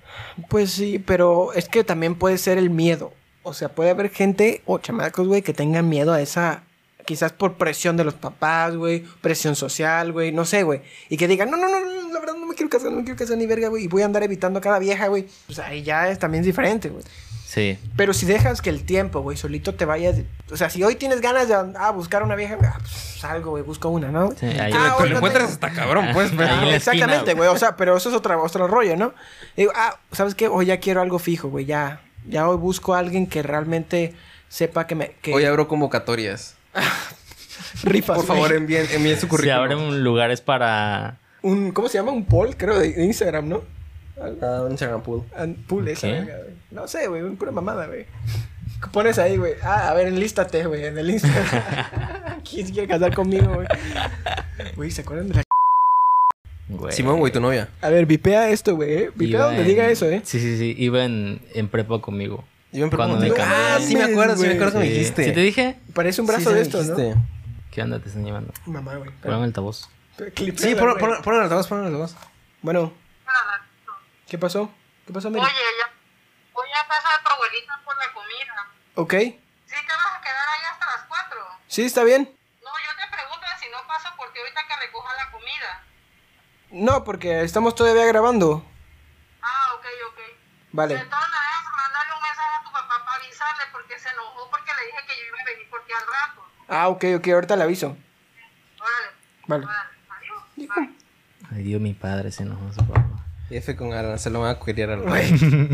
Speaker 3: Pues sí, pero es que también puede ser el miedo. O sea, puede haber gente o chamacos, güey, que tengan miedo a esa. Quizás por presión de los papás, güey, presión social, güey, no sé, güey. Y que digan, no, no, no, no, la verdad no me quiero casar, no me quiero casar ni verga, güey, y voy a andar evitando a cada vieja, güey. Pues ahí ya es también diferente, güey.
Speaker 1: Sí.
Speaker 3: Pero si dejas que el tiempo, güey, solito te vayas. O sea, si hoy tienes ganas de ah, buscar una vieja, ah, pues salgo, güey, busco una, ¿no?
Speaker 1: Sí, ahí
Speaker 3: Ah,
Speaker 1: lo-
Speaker 3: hoy no te-
Speaker 2: hasta cabrón, pues,
Speaker 1: Ahí en
Speaker 3: Ah,
Speaker 1: la
Speaker 3: exactamente,
Speaker 1: esquina,
Speaker 3: güey. O sea, pero eso es otra, otro rollo, ¿no? Digo, ah, ¿sabes qué? Hoy ya quiero algo fijo, güey. Ya, ya hoy busco a alguien que realmente sepa que me. Que
Speaker 2: Hoy abro convocatorias.
Speaker 3: rifas,
Speaker 2: Por
Speaker 3: güey.
Speaker 2: favor, eh. envíen, envíen
Speaker 1: Se
Speaker 2: su currículum.
Speaker 1: abren lugares para.
Speaker 3: Un, ¿Cómo se llama? Un poll, creo, de, de Instagram, ¿no?
Speaker 2: Ah, un Instagram pool.
Speaker 3: Un poll, esa
Speaker 1: ¿Qué?
Speaker 3: verga, güey. No sé, güey. Una pura mamada, güey. ¿Qué Pones ahí, güey. Ah, a ver, enlístate, güey, en el Instagram. ¿Quién se quiere casar conmigo, güey? Güey, ¿se acuerdan de la.?
Speaker 1: Güey.
Speaker 2: Simón, güey, tu novia.
Speaker 3: A ver, vipea esto, güey. eh. Vipea
Speaker 1: Iba
Speaker 3: donde
Speaker 1: en-
Speaker 3: diga eso, ¿eh?
Speaker 1: Sí, sí, sí. Iba en, en prepa conmigo.
Speaker 2: Yo me
Speaker 1: Cuando
Speaker 2: pregunté.
Speaker 1: me cambié.
Speaker 2: Ah, sí me acuerdo, sí me acuerdo que me
Speaker 1: Sí.
Speaker 2: dijiste.
Speaker 1: ¿Sí te dije?
Speaker 3: Parece un
Speaker 2: Sí, sí
Speaker 3: brazo de
Speaker 2: me
Speaker 3: estos, ¿no?
Speaker 2: dijiste.
Speaker 1: ¿Qué onda? Te están llevando.
Speaker 3: Mamá, güey.
Speaker 1: Ponme el altavoz.
Speaker 2: Sí,
Speaker 3: Sí,
Speaker 2: pon- pon- ponlo en altavoz, ponlo en altavoz.
Speaker 3: Bueno. ¿Qué pasó? ¿Qué pasó, Mary?
Speaker 4: Oye, ya voy a casa de tu abuelita por la comida.
Speaker 3: Ok.
Speaker 4: ¿Sí te vas a quedar ahí hasta las 4?
Speaker 3: Sí, está bien.
Speaker 4: No, yo te pregunto si no paso porque ahorita que recoja la comida.
Speaker 3: No, porque estamos todavía grabando.
Speaker 4: Ah, ok, ok.
Speaker 3: Vale.
Speaker 4: De todas maneras, mándale un mensaje a tu papá para avisarle porque se enojó porque le dije que yo iba a venir porque al rato.
Speaker 3: Ah, ok, ok, ahorita le aviso.
Speaker 4: Órale.
Speaker 3: Vale.
Speaker 4: Vale. Adiós.
Speaker 1: Ay, Dios, mi padre se enojó a su papá.
Speaker 2: F con Alan, se lo van a cuerear al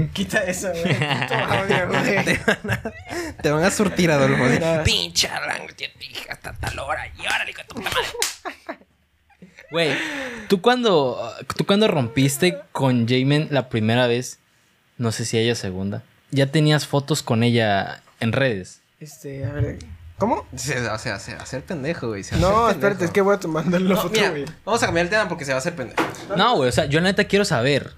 Speaker 3: Quita eso, güey. Puto audio, güey.
Speaker 2: Te van a surtir, Adolfo.
Speaker 3: Nada.
Speaker 2: Pinche Alan, te dije hasta tal hora. Y órale, hijo de tu puta madre.
Speaker 1: Güey, ¿tú cuando, tú cuando rompiste con Jamin la primera vez, no sé si ella segunda, ya tenías fotos con ella en redes.
Speaker 3: Este, a ver. ¿Cómo?
Speaker 2: Se, o sea, se va a hacer pendejo, güey. se va a
Speaker 3: No,
Speaker 2: hacer
Speaker 3: espérate,
Speaker 2: pendejo.
Speaker 3: es que voy a tomar la
Speaker 2: No,
Speaker 3: foto,
Speaker 2: mira,
Speaker 3: güey.
Speaker 2: vamos a cambiar el tema porque se va a hacer pendejo.
Speaker 1: No, güey, o sea, yo la neta quiero saber.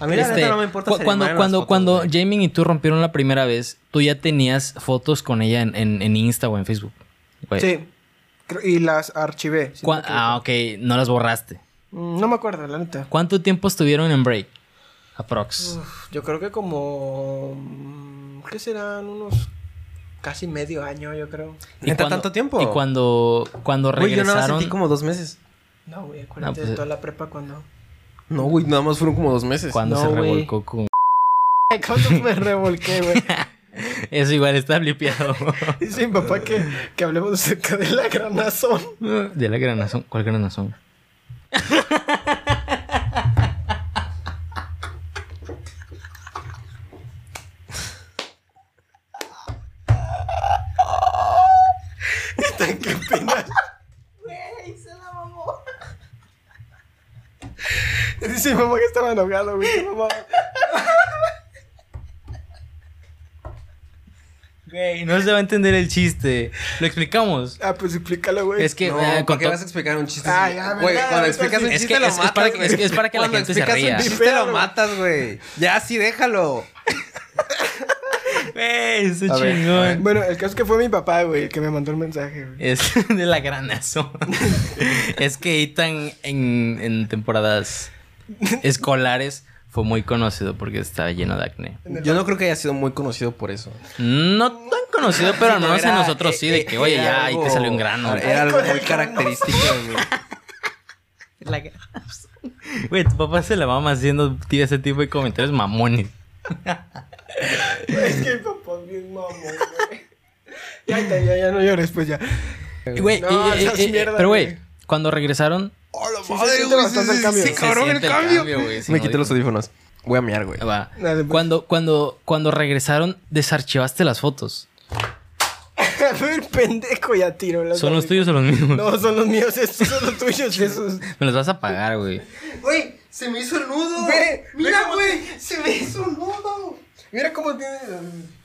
Speaker 2: A mí la
Speaker 1: Este,
Speaker 2: neta no me importa
Speaker 1: cu-
Speaker 2: si le
Speaker 1: cuando
Speaker 2: mandan las
Speaker 1: cuando
Speaker 2: fotos,
Speaker 1: cuando
Speaker 2: güey.
Speaker 1: Jamie y tú rompieron la primera vez, tú ya tenías fotos con ella en, en- en Insta o en Facebook. güey.
Speaker 3: Sí. Creo- Y las archivé. si no
Speaker 1: Cua-
Speaker 3: me equivoco.
Speaker 1: ah, ok, no las borraste.
Speaker 3: Mm, No me acuerdo, la neta.
Speaker 1: ¿Cuánto tiempo estuvieron en break?
Speaker 2: Mm.
Speaker 1: Aprox.
Speaker 3: Uf, yo creo que como... mm, ¿Qué serán? Unos... Casi medio año, yo creo.
Speaker 2: ¿Neta tanto tiempo?
Speaker 1: Y cuando, cuando
Speaker 2: Güey, yo no la
Speaker 1: regresaron.
Speaker 2: sentí como dos meses.
Speaker 3: No, güey, acuérdate
Speaker 1: pues,
Speaker 3: de
Speaker 1: eh.
Speaker 3: toda la prepa cuando...
Speaker 2: No, güey, nada más fueron como dos meses.
Speaker 1: Cuando
Speaker 3: No,
Speaker 1: se
Speaker 3: güey.
Speaker 1: revolcó con.
Speaker 3: ¿Cuánto me revolqué, güey?
Speaker 1: Eso igual está blipeado.
Speaker 3: Dice mi papá que, que hablemos acerca de la granazón.
Speaker 1: de la granazón. ¿Cuál granazón?
Speaker 3: Dice mi mamá que estaba enojado, güey. qué mamá.
Speaker 1: Güey, no se va a entender el chiste. Lo explicamos.
Speaker 3: Ah, pues explícalo, güey.
Speaker 1: Es que.
Speaker 2: No,
Speaker 1: eh,
Speaker 2: ¿para
Speaker 1: con
Speaker 2: qué
Speaker 1: to-
Speaker 2: vas a explicar un chiste?
Speaker 3: Ah,
Speaker 2: así?
Speaker 3: ya,
Speaker 2: Güey,
Speaker 3: verdad,
Speaker 2: cuando
Speaker 3: ahorita
Speaker 2: explicas
Speaker 3: sí.
Speaker 2: un
Speaker 1: Es
Speaker 2: chiste
Speaker 1: que-
Speaker 2: lo
Speaker 1: es que es
Speaker 2: matas,
Speaker 1: para que-
Speaker 2: güey.
Speaker 1: es que es para que la
Speaker 2: Cuando
Speaker 1: gente se
Speaker 2: explicas
Speaker 1: ría.
Speaker 2: un chiste lo
Speaker 3: Espéralo.
Speaker 2: matas, güey. Ya, sí, déjalo.
Speaker 1: Güey, ese
Speaker 2: A ver, a
Speaker 1: chingón.
Speaker 2: ver.
Speaker 3: Bueno, el caso es que fue mi papá, güey, el que me mandó el mensaje, güey.
Speaker 1: Es de la granazón. es que Ethan en, en temporadas escolares fue muy conocido porque estaba lleno de acné.
Speaker 2: Yo no creo que haya sido muy conocido por eso.
Speaker 1: No tan conocido, pero al menos
Speaker 2: Era-
Speaker 1: en nosotros sí, de
Speaker 2: eh,
Speaker 1: que, oye,
Speaker 2: era
Speaker 1: ya ahí
Speaker 2: algo-
Speaker 1: te salió un grano.
Speaker 2: Era algo
Speaker 3: con el
Speaker 2: muy característico de mí.
Speaker 1: La granazón. Güey, tu papá se la mama haciendo tío, ese tipo de comentarios mamones.
Speaker 3: Es que mi papá es bien mamón, güey. Ya, ya, ya, ya no llores, pues ya.
Speaker 1: Güey,
Speaker 3: No,
Speaker 1: eh, eh,
Speaker 3: esas
Speaker 1: eh, eh,
Speaker 3: mierdas,
Speaker 1: pero
Speaker 3: güey.
Speaker 1: güey, cuando regresaron,
Speaker 2: ¡Hola,
Speaker 3: se siente bastante el cambio. Se
Speaker 2: cabrón el
Speaker 1: siente el
Speaker 2: cambio!
Speaker 1: cambio, güey, sí,
Speaker 2: Me
Speaker 1: no
Speaker 2: quité
Speaker 1: digo.
Speaker 2: los audífonos. Voy a mear, güey.
Speaker 1: va.
Speaker 3: Dale, pues.
Speaker 1: Cuando, cuando, cuando regresaron, desarchivaste las fotos.
Speaker 3: A ver, pendejo, ya tiro. las
Speaker 1: ¿Son los
Speaker 3: dos.
Speaker 1: tuyos o los mismos?
Speaker 3: No, son los míos, estos son los tuyos, esos.
Speaker 1: Me los vas a pagar, güey.
Speaker 2: Güey, se me hizo el nudo.
Speaker 3: Ve, ve cómo
Speaker 2: se me hizo el nudo.
Speaker 3: Mira cómo tiene.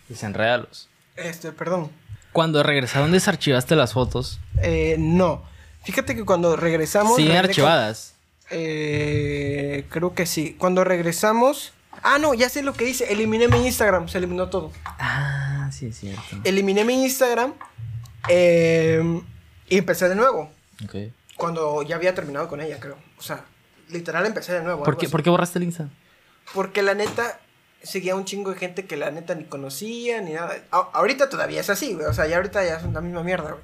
Speaker 1: Desenrédalos.
Speaker 3: Este, perdón.
Speaker 1: Cuando regresaron, desarchivaste las fotos.
Speaker 3: Eh, no. Fíjate que cuando regresamos.
Speaker 1: Sí,
Speaker 3: regresé con-
Speaker 1: archivadas.
Speaker 3: Eh, creo que sí. Cuando regresamos. Ah, no, ya sé lo que hice. Eliminé mi Instagram. Se eliminó todo.
Speaker 1: Ah, sí, es cierto.
Speaker 3: Eliminé mi Instagram. eh, y empecé de nuevo.
Speaker 1: Ok.
Speaker 3: Cuando ya había terminado con ella, creo. O sea, literal empecé de nuevo.
Speaker 1: ¿Por
Speaker 3: algo
Speaker 1: qué,
Speaker 3: así.
Speaker 1: por qué borraste el Insta?
Speaker 3: Porque la neta seguía un chingo de gente que la neta ni conocía ni nada. A- ahorita todavía es así, güey. O sea, ya ahorita ya son la misma mierda, güey.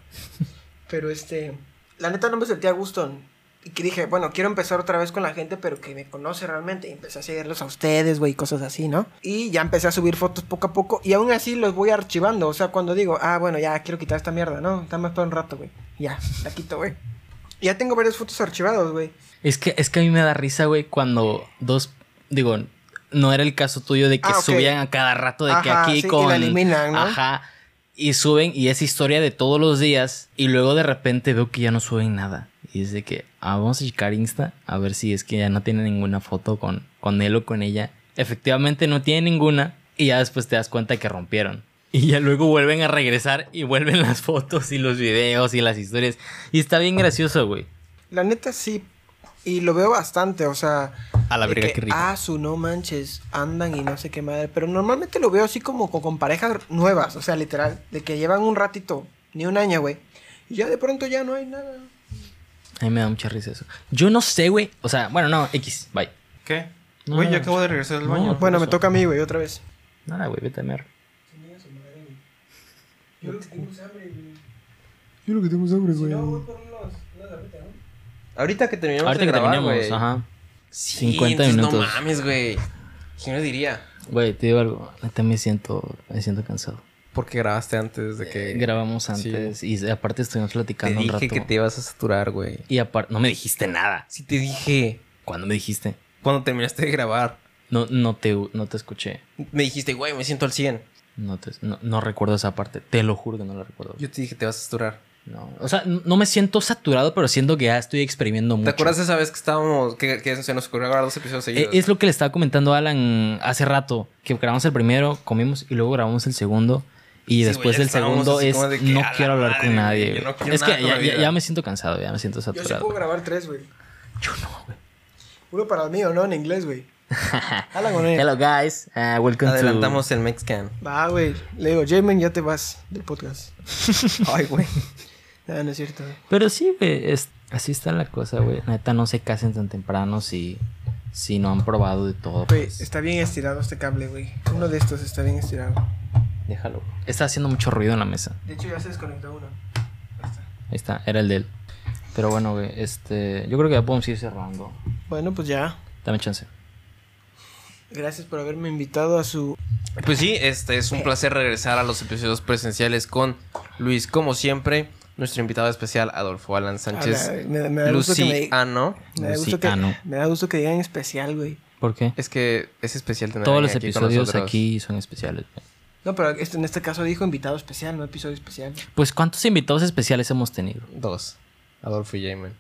Speaker 3: Pero este, la neta no me sentía a gusto. en- Y que dije, bueno, quiero empezar otra vez con la gente, pero que me conoce realmente. Y empecé a seguirlos a ustedes, güey, y cosas así, ¿no? Y ya empecé a subir fotos poco a poco. Y aún así los voy archivando. O sea, cuando digo, ah, bueno, ya quiero quitar esta mierda, ¿no? Está más para un rato, güey. Ya, la quito, güey. Ya tengo varias fotos archivadas, güey.
Speaker 1: Es que, es que a mí me da risa, güey, cuando dos. Digo, no era el caso tuyo de que
Speaker 3: Ah, ok.
Speaker 1: subían a cada rato de que
Speaker 3: Ajá,
Speaker 1: aquí
Speaker 3: sí, y
Speaker 1: con.
Speaker 3: la eliminan, ¿no?
Speaker 1: Ajá. Y suben, y es historia de todos los días. Y luego de repente veo que ya no suben nada. Y es de que, ah, vamos a checar Insta a ver si es que ya no tiene ninguna foto con, con él o con ella. Efectivamente, no tiene ninguna. Y ya después te das cuenta que rompieron. Y ya luego vuelven a regresar y vuelven las fotos y los videos y las historias. Y está bien gracioso, güey.
Speaker 3: La neta sí. Y lo veo bastante, o sea.
Speaker 1: A la
Speaker 3: de
Speaker 1: verga,
Speaker 3: que,
Speaker 1: qué rico.
Speaker 3: Ah, su no manches, andan y no sé qué madre. Pero normalmente lo veo así como con, con parejas nuevas, o sea, literal. De que llevan un ratito, ni un año, güey. Y ya de pronto ya no hay nada.
Speaker 1: A mí me da mucha risa eso. Yo no sé, güey. O sea, bueno, no, X, bye.
Speaker 2: ¿Qué?
Speaker 1: No,
Speaker 2: Güey,
Speaker 1: no,
Speaker 2: yo acabo de regresar del
Speaker 1: no,
Speaker 2: baño.
Speaker 1: pues-
Speaker 3: Bueno, me
Speaker 1: eso.
Speaker 3: toca a mí, güey, otra vez.
Speaker 1: Nada, güey, vete a mer.
Speaker 2: Yo lo que tengo es hambre, güey. Ahorita que terminemos
Speaker 1: Ahorita
Speaker 2: de
Speaker 1: que
Speaker 2: grabar,
Speaker 1: terminemos,
Speaker 2: güey.
Speaker 1: ajá.
Speaker 2: Sí,
Speaker 1: 50
Speaker 2: entonces
Speaker 1: minutos.
Speaker 2: No mames, güey. ¿Quién lo diría?
Speaker 1: Güey, te digo algo. Neta me siento, me siento cansado.
Speaker 2: Porque grabaste antes de que.
Speaker 1: Eh, Grabamos
Speaker 2: sí.
Speaker 1: antes y aparte estuvimos
Speaker 2: Te
Speaker 1: platicando un rato.
Speaker 2: dije que te ibas a saturar, güey.
Speaker 1: Y aparte, no me dijiste nada.
Speaker 2: Sí te dije
Speaker 1: ¿Cuándo me dijiste?
Speaker 2: cuando terminaste de grabar.
Speaker 1: No, no te, no te escuché.
Speaker 2: Me dijiste, güey, me siento al 100.
Speaker 1: No, te, no, no recuerdo esa parte. Te lo juro que no la recuerdo.
Speaker 2: Yo te dije, te vas a saturar.
Speaker 1: No, o sea, n- no me siento saturado, pero siento que ya estoy exprimiendo mucho.
Speaker 2: ¿Te acuerdas de esa vez que estábamos, que, que se nos ocurrió grabar dos episodios
Speaker 1: E-
Speaker 2: seguidos?
Speaker 1: Es lo que le estaba comentando a Alan hace rato, que grabamos el primero, comimos y luego grabamos el segundo. Y
Speaker 2: Sí, güey,
Speaker 1: después
Speaker 2: ya
Speaker 1: del
Speaker 2: estábamos
Speaker 1: segundo
Speaker 2: así
Speaker 1: es
Speaker 2: como de que,
Speaker 1: no
Speaker 2: "A la
Speaker 1: quiero hablar
Speaker 2: madre,
Speaker 1: con nadie.
Speaker 2: yo no
Speaker 1: güey".
Speaker 2: quiero
Speaker 1: es
Speaker 2: nada
Speaker 1: que
Speaker 2: con la
Speaker 1: ya, ya-
Speaker 2: vida.
Speaker 1: ya me siento cansado, ya me siento
Speaker 3: Yo sí
Speaker 1: saturado.
Speaker 3: puedo grabar tres, güey. Yo no, güey. Uno para mí o no en inglés, güey. Alan con él.
Speaker 1: Hello guys, uh, welcome to-
Speaker 2: Adelantamos el Mexican.
Speaker 3: Va, güey. Le digo, Jamin, ya te vas del podcast.
Speaker 2: Ay, güey.
Speaker 3: Ah, no es cierto.
Speaker 1: Pero sí, güey, es- así está la cosa, güey. Neta, no se casen tan temprano si, si no han probado de todo.
Speaker 3: Güey,
Speaker 1: pues.
Speaker 3: está bien estirado este cable, güey. Uno de estos está bien estirado.
Speaker 2: Déjalo.
Speaker 1: Está haciendo mucho ruido en la mesa.
Speaker 3: De hecho, ya se desconectó uno.
Speaker 1: Ahí está, era el de él. Pero bueno, güey, este, yo creo que ya podemos ir cerrando.
Speaker 3: Bueno, pues ya.
Speaker 1: Dame chance.
Speaker 3: Gracias por haberme invitado a su.
Speaker 2: Pues sí, este
Speaker 3: Eh.
Speaker 2: es un placer regresar a los episodios presenciales con Luis, como siempre, nuestro invitado especial Adolfo Alan
Speaker 3: A la-
Speaker 2: Sánchez.
Speaker 3: me, me da gusto que me,
Speaker 2: Luciano.
Speaker 3: me da gusto que,
Speaker 1: Luciano.
Speaker 3: me da gusto que digan especial, güey.
Speaker 1: ¿Por qué?
Speaker 2: Es que es especial tener
Speaker 1: Todos los
Speaker 2: aquí con
Speaker 1: episodios
Speaker 2: nosotros.
Speaker 1: aquí son especiales. güey.
Speaker 3: No, pero este- en este caso dijo invitado especial, no episodio especial.
Speaker 1: Pues, ¿cuántos invitados especiales hemos tenido?
Speaker 2: Dos. Adolfo y Jamin.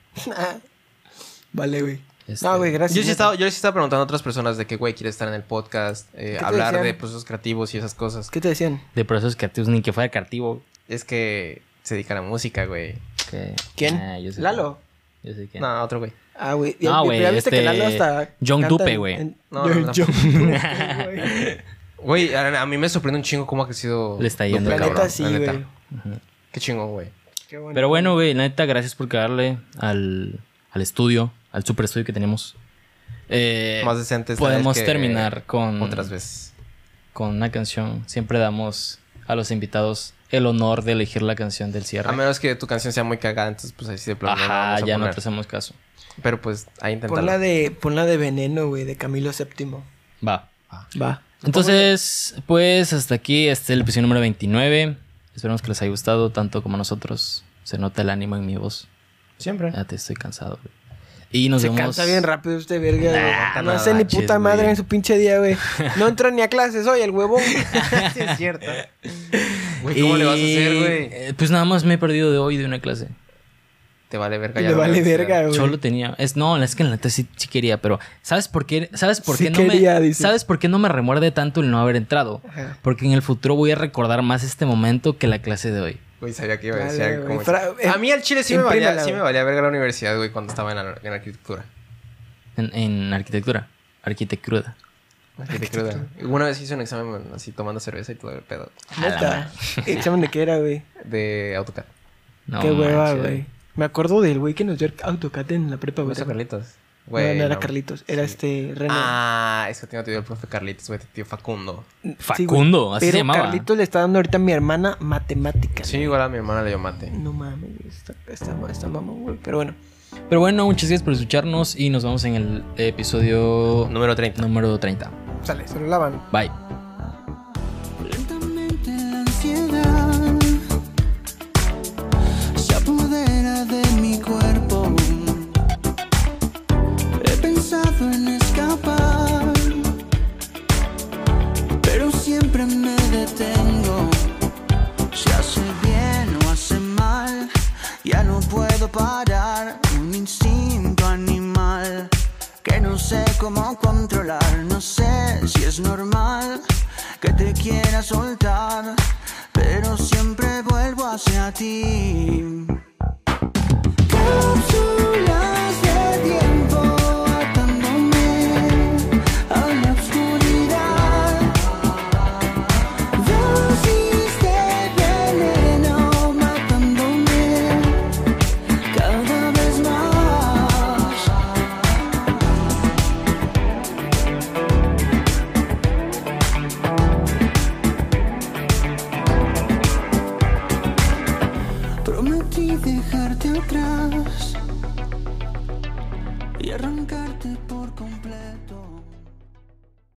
Speaker 3: vale, güey.
Speaker 1: Este-
Speaker 3: No, güey, gracias.
Speaker 2: Yo sí,
Speaker 3: neta.
Speaker 2: estaba, yo sí estaba preguntando a otras personas de qué güey quiere estar en el podcast, eh,
Speaker 3: ¿Qué te
Speaker 2: hablar
Speaker 3: decían?
Speaker 2: de procesos creativos y esas cosas.
Speaker 3: ¿Qué te decían?
Speaker 1: De procesos creativos, ni que fuera creativo.
Speaker 2: Es que se dedica a la música, güey.
Speaker 1: que-
Speaker 3: ¿Quién?
Speaker 1: Ah, yo sé
Speaker 3: Lalo.
Speaker 1: quién. Yo sé quién.
Speaker 2: No, otro güey.
Speaker 3: Ah, güey.
Speaker 1: No,
Speaker 3: Ya-
Speaker 1: güey,
Speaker 3: ya viste que
Speaker 1: este,
Speaker 3: Lalo hasta.
Speaker 1: John
Speaker 3: canta
Speaker 1: Dupe,
Speaker 3: en-
Speaker 1: güey.
Speaker 3: en-
Speaker 2: No, no, no.
Speaker 3: John Dupe, güey.
Speaker 2: Güey, a, a mí me sorprende un chingo cómo ha crecido.
Speaker 1: Le está yendo
Speaker 2: Dupe,
Speaker 3: La
Speaker 1: Cabrón,
Speaker 3: neta sí,
Speaker 2: la neta.
Speaker 3: güey.
Speaker 1: Ujú.
Speaker 2: Qué chingo, güey.
Speaker 3: Qué bueno.
Speaker 1: Pero bueno, güey, la neta, gracias por quedarle al, al estudio, al super estudio que tenemos. Eh,
Speaker 2: Más decentes. la
Speaker 1: podemos
Speaker 2: vez que
Speaker 1: terminar con,
Speaker 2: Otras veces.
Speaker 1: con una canción. Siempre damos a los invitados el honor de elegir la canción del cierre.
Speaker 2: A menos que tu canción sea muy cagada, entonces pues ahí sí de plano no la
Speaker 1: Ajá,
Speaker 2: vamos a
Speaker 1: ya no
Speaker 2: poner.
Speaker 1: te hacemos caso.
Speaker 2: Pero pues ahí
Speaker 3: Pon la
Speaker 2: intentarlo.
Speaker 3: de, pon la de veneno, güey, de Camilo VII.
Speaker 1: Va.
Speaker 3: Va.
Speaker 1: Entonces, pues hasta aquí este el episodio número 29. Esperemos que les haya gustado tanto como a nosotros. Se nota el ánimo en mi voz.
Speaker 2: Siempre.
Speaker 1: Ya te estoy cansado, güey. Y nos
Speaker 3: Se
Speaker 1: vemos.
Speaker 3: cansa bien rápido este verga, güey.
Speaker 1: Nah,
Speaker 3: no
Speaker 1: no
Speaker 3: hace ni
Speaker 1: manches,
Speaker 3: puta madre
Speaker 1: güey.
Speaker 3: en su pinche día, güey. No entra ni a clases hoy, el huevón. sí, es cierto.
Speaker 2: Güey, ¿cómo le vas a
Speaker 1: Y,
Speaker 2: hacer, güey?
Speaker 1: eh, pues nada más me he perdido de hoy de una clase.
Speaker 2: Te vale verga. ya
Speaker 3: Le
Speaker 2: lo voy a
Speaker 3: vale
Speaker 2: hacer.
Speaker 3: verga, Ah, güey.
Speaker 1: Solo tenía. Es, no, es que en la neta sí, sí quería, pero ¿sabes por qué? ¿Sabes por
Speaker 3: Sí
Speaker 1: qué
Speaker 3: quería,
Speaker 1: no me,
Speaker 3: dice.
Speaker 1: ¿Sabes por qué no me remuerde tanto el no haber entrado?
Speaker 3: Ajá.
Speaker 1: Porque en el futuro voy a recordar más este momento que la clase de hoy.
Speaker 2: Güey, sabía que iba a decir
Speaker 3: Vale,
Speaker 2: algo
Speaker 3: güey.
Speaker 2: como eso.
Speaker 3: Fra-
Speaker 2: A mí al chile sí me, valía,
Speaker 3: imprímela,
Speaker 2: sí me
Speaker 3: güey.
Speaker 2: valía verga la universidad, güey, cuando estaba en, la- en arquitectura.
Speaker 1: En, en arquitectura. Arquitectura.
Speaker 2: Arquitectura. Una vez hice un examen así tomando cerveza y todo el pedo
Speaker 3: Neta. Examen de qué era, güey.
Speaker 2: de AutoCAD.
Speaker 1: No
Speaker 3: qué hueva,
Speaker 1: manches.
Speaker 3: güey. Me acuerdo del güey que nos dio AutoCAD en la prepa,
Speaker 2: ¿Cómo
Speaker 3: güey.
Speaker 2: está Carlitos?
Speaker 3: No, no, era Carlitos, era este René.
Speaker 2: Ah, es que tengo tío el profe Carlitos, güey, tío Facundo.
Speaker 3: Sí, güey.
Speaker 1: Facundo, así
Speaker 3: Pero
Speaker 1: se llamaba.
Speaker 3: Carlitos le está dando ahorita a mi hermana matemáticas.
Speaker 2: Sí, igual a mi hermana le dio mate.
Speaker 3: No mames, está, está, está mamón, güey. Pero bueno,
Speaker 1: Pero bueno, muchas gracias por escucharnos y nos vemos en el episodio
Speaker 2: Número 30.
Speaker 1: número 30.
Speaker 3: sale, se lo lavan.
Speaker 1: Bye.
Speaker 5: Lentamente la ansiedad se apodera de mi cuerpo. He pensado en escapar, pero siempre me detengo. Si hace bien o hace mal, ya no puedo parar. Un instinto animal que no sé cómo controlar. No sé si es normal que te quiera soltar, pero siempre vuelvo hacia ti.